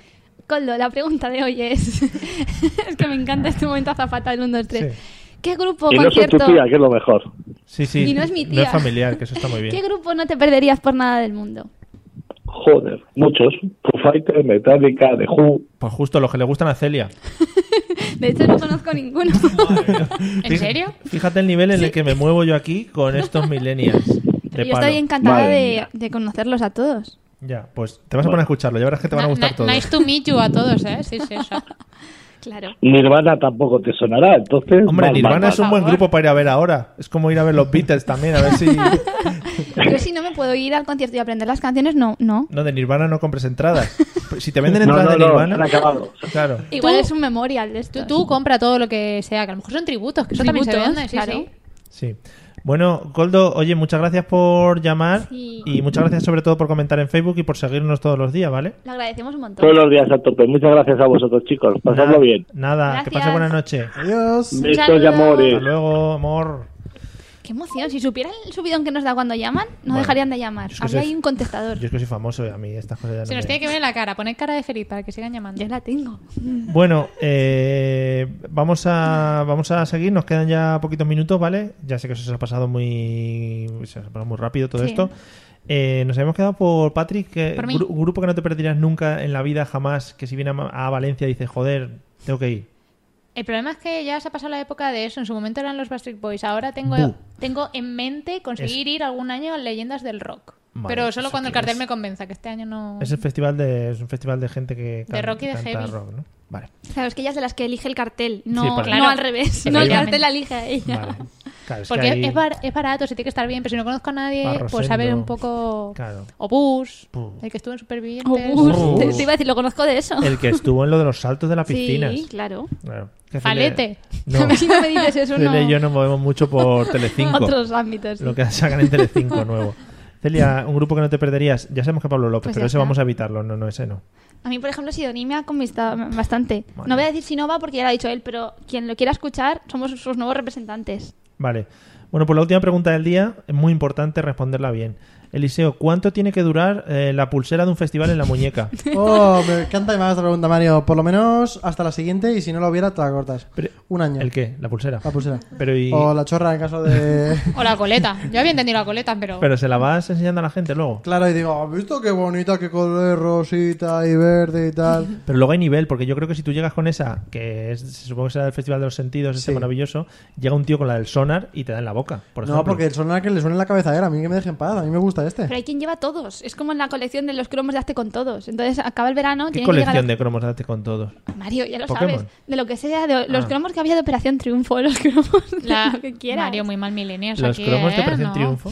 Coldo, la pregunta de hoy es... es que me encanta este momento azafata del 1, 2, 3. Sí. ¿Qué grupo, Y no soy tu concierto... tía, que es lo mejor. Sí, sí. Y no es mi tía. No es familiar, que eso está muy ¿Qué bien. grupo no te perderías por nada del mundo? Joder, muchos. Foo Fighters, Metallica, The Who. Pues justo los que le gustan a Celia. De hecho, no conozco ninguno. ¿En serio? Fíjate el nivel en el que me muevo yo aquí con estos millennials. De Yo palo. estoy encantada Madre de, mía. de conocerlos a todos. Ya, pues te vas a poner a escucharlo. Ya verás que te van a Na- gustar na- todos. Nice to meet you a todos, ¿eh? Sí, sí, eso. Claro. Nirvana tampoco te sonará, entonces... Hombre, mal, Nirvana mal, es un mal. buen favor. grupo para ir a ver ahora. Es como ir a ver los Beatles también, a ver si... Yo si no me puedo ir al concierto y aprender las canciones, no, no. No, de Nirvana no compres entradas. Si te venden No, entradas no, de no, Nirvana... se han acabado. Claro. Igual es un memorial de esto. Tú, tú compra todo lo que sea, que a lo mejor son tributos, que eso Tributos, también se vende, claro. sí, sí. Sí. Bueno, Goldo, oye, muchas gracias por llamar Sí. y muchas gracias sobre todo por comentar en Facebook y por seguirnos todos los días, ¿vale? Lo agradecemos un montón. Todos los días a tope. Muchas gracias a vosotros, chicos. Pasadlo Nada- bien. Nada, que pase Gracias. buena noche. Adiós. Besos y saludo. amores. Hasta luego, amor. Qué emoción. Si supieran el subidón que nos da cuando llaman, no Bueno. dejarían de llamar. Es que Habría soy- ahí un contestador. Yo es que soy famoso y a mí estas cosas ya Se no nos me- tiene que ver en la cara, poner cara de feliz para que sigan llamando. Ya la tengo. Bueno, eh, vamos, a, vamos a seguir, nos quedan ya poquitos minutos, ¿vale? Ya sé que eso se os ha pasado muy, se os ha pasado muy rápido todo Sí. esto. Eh, nos habíamos quedado por Patrick, que, Por mí. gru- grupo que no te perderías nunca en la vida, jamás, que si viene a, Ma- a Valencia dice, joder, tengo que ir. El problema es que ya se ha pasado la época de eso. En su momento eran los Backstreet Boys. Ahora tengo, Bu. tengo en mente conseguir ir algún año a Leyendas del Rock. Madre, Pero solo ¿eso cuando el qué cartel es? me convenza, que este año no... Es el festival de, es un festival de gente que can- rock y de canta heavy. rock, ¿no? Vale. Claro, es que ella es de las que elige el cartel, no, Sí, para- no Claro. al revés. Para No, el ella. cartel la elige a ella. vale. Claro, es que Porque ahí- es, bar- es barato, se tiene que estar bien, pero si no conozco a nadie, Barrosendo. pues saber un poco... Claro. Obús, Bu. el que estuvo en Supervivientes. Oh, Gus, Gus. Te, te iba a decir, lo conozco de eso. El que estuvo en lo de los saltos de las piscinas. sí, claro. Claro. Que Fele- Palete. No, Si no me dices eso, no. Celia y yo nos movemos mucho por en Telecinco. otros ámbitos. sí. Lo que sacan en Telecinco nuevo. Celia, un grupo que no te perderías. Ya sabemos que Pablo López, Pues pero ya ese está. vamos a evitarlo. No, no, ese no. A mí, por ejemplo, Sidonia ha conquistado bastante. Vale. No voy a decir si no va porque ya lo ha dicho él, pero quien lo quiera escuchar somos sus nuevos representantes. Vale. Bueno, pues la última pregunta del día es muy importante responderla bien. Eliseo, ¿cuánto tiene que durar eh, la pulsera de un festival en la muñeca? Oh, me encanta que me hagas esta pregunta, Mario. Por lo menos hasta la siguiente y si no la hubiera, te la cortas. Pero- Un año. ¿El qué? La pulsera. La pulsera. Pero y- O la chorra en caso de... O la coleta. Yo había entendido la coleta, pero... Pero se la vas enseñando a la gente luego. Claro, y digo, ¿has visto qué bonita, qué color rosita y verde y tal? Pero luego hay nivel, porque yo creo que si tú llegas con esa, que es- se supone que será del Festival de los Sentidos, este Sí. maravilloso, llega un tío con la del sonar y te da en la boca. Por no, ejemplo. porque el sonar que le suena en la cabeza era, a mí que me dejen paz, a mí me gusta este. Pero hay quien lleva todos. Es como en la colección de los cromos de Hazte con todos. Entonces, acaba el verano, ¿Qué tiene que llegar... colección a- Pues de cromos date con todos? Mario, ya lo Pokémon? sabes. De lo que sea, de los Ah. cromos que había de Operación Triunfo, los cromos de La... lo que quieras. Mario, muy mal milenios Los aquí, cromos te ¿eh? parecen No. triunfo.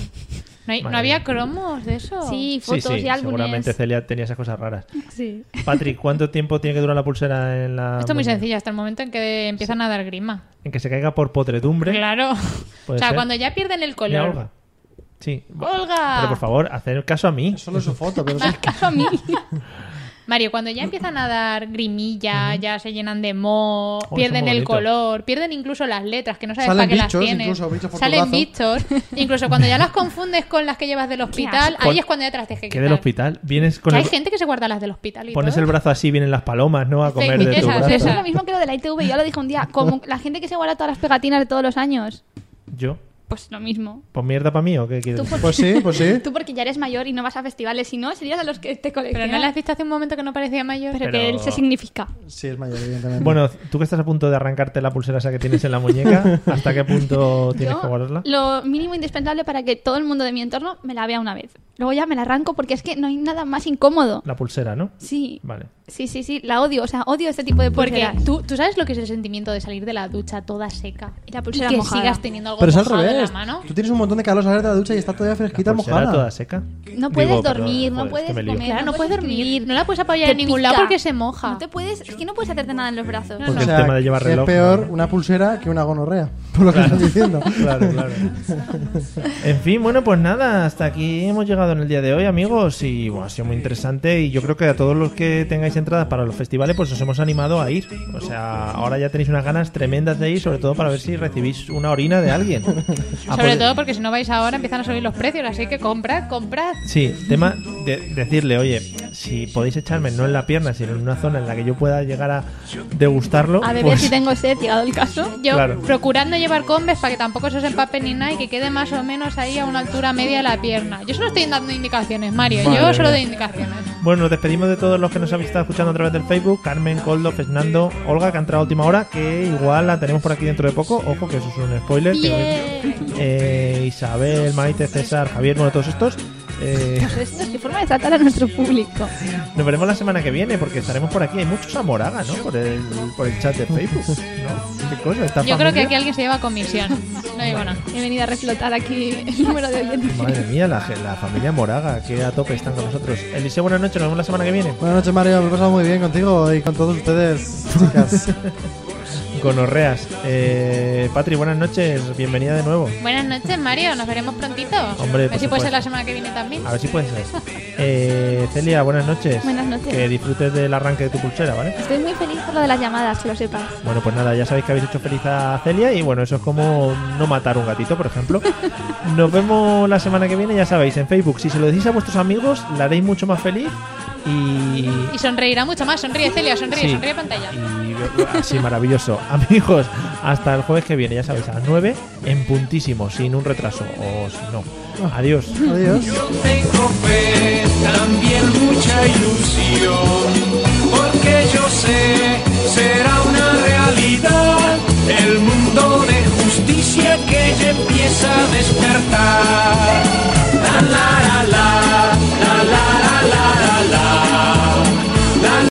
No, hay- no Madre había mía. cromos de eso. Sí, Sí, fotos sí, y álbumes. seguramente Celia tenía esas cosas raras. Sí. Patrick, ¿cuánto tiempo tiene que durar la pulsera en la. Esto es muy muñeca? sencillo, hasta el momento en que empiezan a dar grima. En que se caiga por potredumbre. Claro. Puede o sea, ser. cuando ya pierden el Mira, color. Olga. Sí. Olga. Pero por favor, hacer caso a mí. Solo su foto, pero sí. Caso a mí. Mario, cuando ya empiezan a dar grimilla, ya se llenan de moho, eso pierden es el bonito. color, pierden incluso las letras, que no sabes Salen para qué las bichos, tienen. incluso bichos por Salen tu brazo. bichos. Incluso cuando ya las confundes con las que llevas del hospital, asco. ahí es cuando ya te las tienes que Que quitar. del hospital. Vienes con Que el... hay gente que se guarda las del hospital y Pones todo. el brazo así, vienen las palomas, ¿no? A comer de tu Esas, brazo. Eso es esas. lo mismo que lo de la ITV. Yo lo dije un día. Como la gente que se guarda todas las pegatinas de todos los años. Yo. Pues lo mismo. ¿Pues mierda para mí o qué quieres Tú decir? por- Pues sí, pues sí. Tú porque ya eres mayor y no vas a festivales, si no, serías a los que te Pero coleccionan. no las viste hace un momento que no parecía mayor. Pero Pero- que él se significa. Sí, es mayor, evidentemente. Bueno, tú que estás a punto de arrancarte la pulsera esa que tienes en la muñeca, ¿hasta qué punto tienes Yo, que guardarla? Lo mínimo indispensable para que todo el mundo de mi entorno me la vea una vez. Luego ya me la arranco porque es que no hay nada más incómodo. La pulsera, ¿no? Sí. Vale. Sí, sí, sí. La odio. O sea, odio este tipo de Porque pulseras. tú, tú sabes lo que es el sentimiento de salir de la ducha toda seca Y la pulsera que mojada. sigas teniendo algo Pero es al mojado en revés. la mano. Tú tienes un montón de calor salir de la ducha y está todavía La fresquita, pulsera mojada. toda seca. No Digo, puedes perdón, dormir, no joder, puedes que me lío. comer, Claro, no puedes dormir, no la puedes apoyar Te en ningún pica. lado porque se moja. No te puedes, es que no puedes hacerte nada en los brazos. Porque O el sea, tema de llevar que reloj. es peor ¿no? una pulsera que una gonorrea, por lo que estás diciendo. Claro, claro. En fin, bueno, pues nada, hasta aquí hemos llegado en el día de hoy, amigos, y bueno, ha sido muy interesante y yo creo que a todos los que tengáis entradas para los festivales, pues os hemos animado a ir. O sea, ahora ya tenéis unas ganas tremendas de ir, sobre todo para ver si recibís una orina de alguien. A Sobre por- todo porque si no vais ahora empiezan a subir los precios, así que comprad, comprad. Sí, tema de decirle, oye, si podéis echarme no en la pierna, sino en una zona en la que yo pueda llegar a degustarlo, A beber pues si tengo sed, llegado el caso. Yo Claro. procurad no llevar combes para que tampoco se os empape ni nada y que quede más o menos ahí a una altura media la pierna. Yo solo estoy dando indicaciones, Mario. Madre Yo solo mía. doy indicaciones. Bueno, nos despedimos de todos los que nos habéis estado escuchando a través del Facebook. Carmen, Coldo, Fernando, Olga, que ha entrado a última hora, que igual la tenemos por aquí dentro de poco. Ojo, que eso es un spoiler. que- Eh, Isabel, Maite, César, Javier, bueno, todos estos. Eh, Entonces, ¿Qué forma de tratar a nuestro público? nos veremos la semana que viene porque estaremos por aquí. Hay muchos Amoraga, ¿no? Por el, por el chat de Facebook. ¿no? ¿Qué cosa? Esta Yo creo que familia. aquí alguien se lleva comisión. No digo nada. He venido a reflotar aquí el número de oyentes. Madre mía, la, la familia Moraga, que a tope están con nosotros. Eliseo, buenas noches, nos vemos la semana que viene. Buenas noches, Mario. Me he pasado muy bien contigo y con todos ustedes, chicas. Con Orreas. Eh, Patri, buenas noches, bienvenida de nuevo. Buenas noches, Mario. Nos veremos prontito. Hombre, a ver por si puede supuesto. ser la semana que viene también. A ver si puedes ser. Eh, Celia, buenas noches. Buenas noches. Que disfrutes del arranque de tu pulsera, ¿vale? Estoy muy feliz por lo de las llamadas, que lo sepas. Bueno, pues nada, ya sabéis que habéis hecho feliz a Celia y bueno, eso es como no matar un gatito, por ejemplo. Nos vemos la semana que viene, ya sabéis, en Facebook. Si se lo decís a vuestros amigos, la haréis mucho más feliz y... Y sonreirá mucho más. Sonríe, Celia, sonríe, Sí. sonríe pantalla. y- sí, maravilloso. Amigos, hasta el jueves que viene, ya sabéis, a las 9 en puntísimo, sin un retraso o si no. Ah. Adiós. Adiós. Tengo fe, también mucha ilusión, porque yo sé, será una realidad el mundo de justicia que ya empieza a despertar.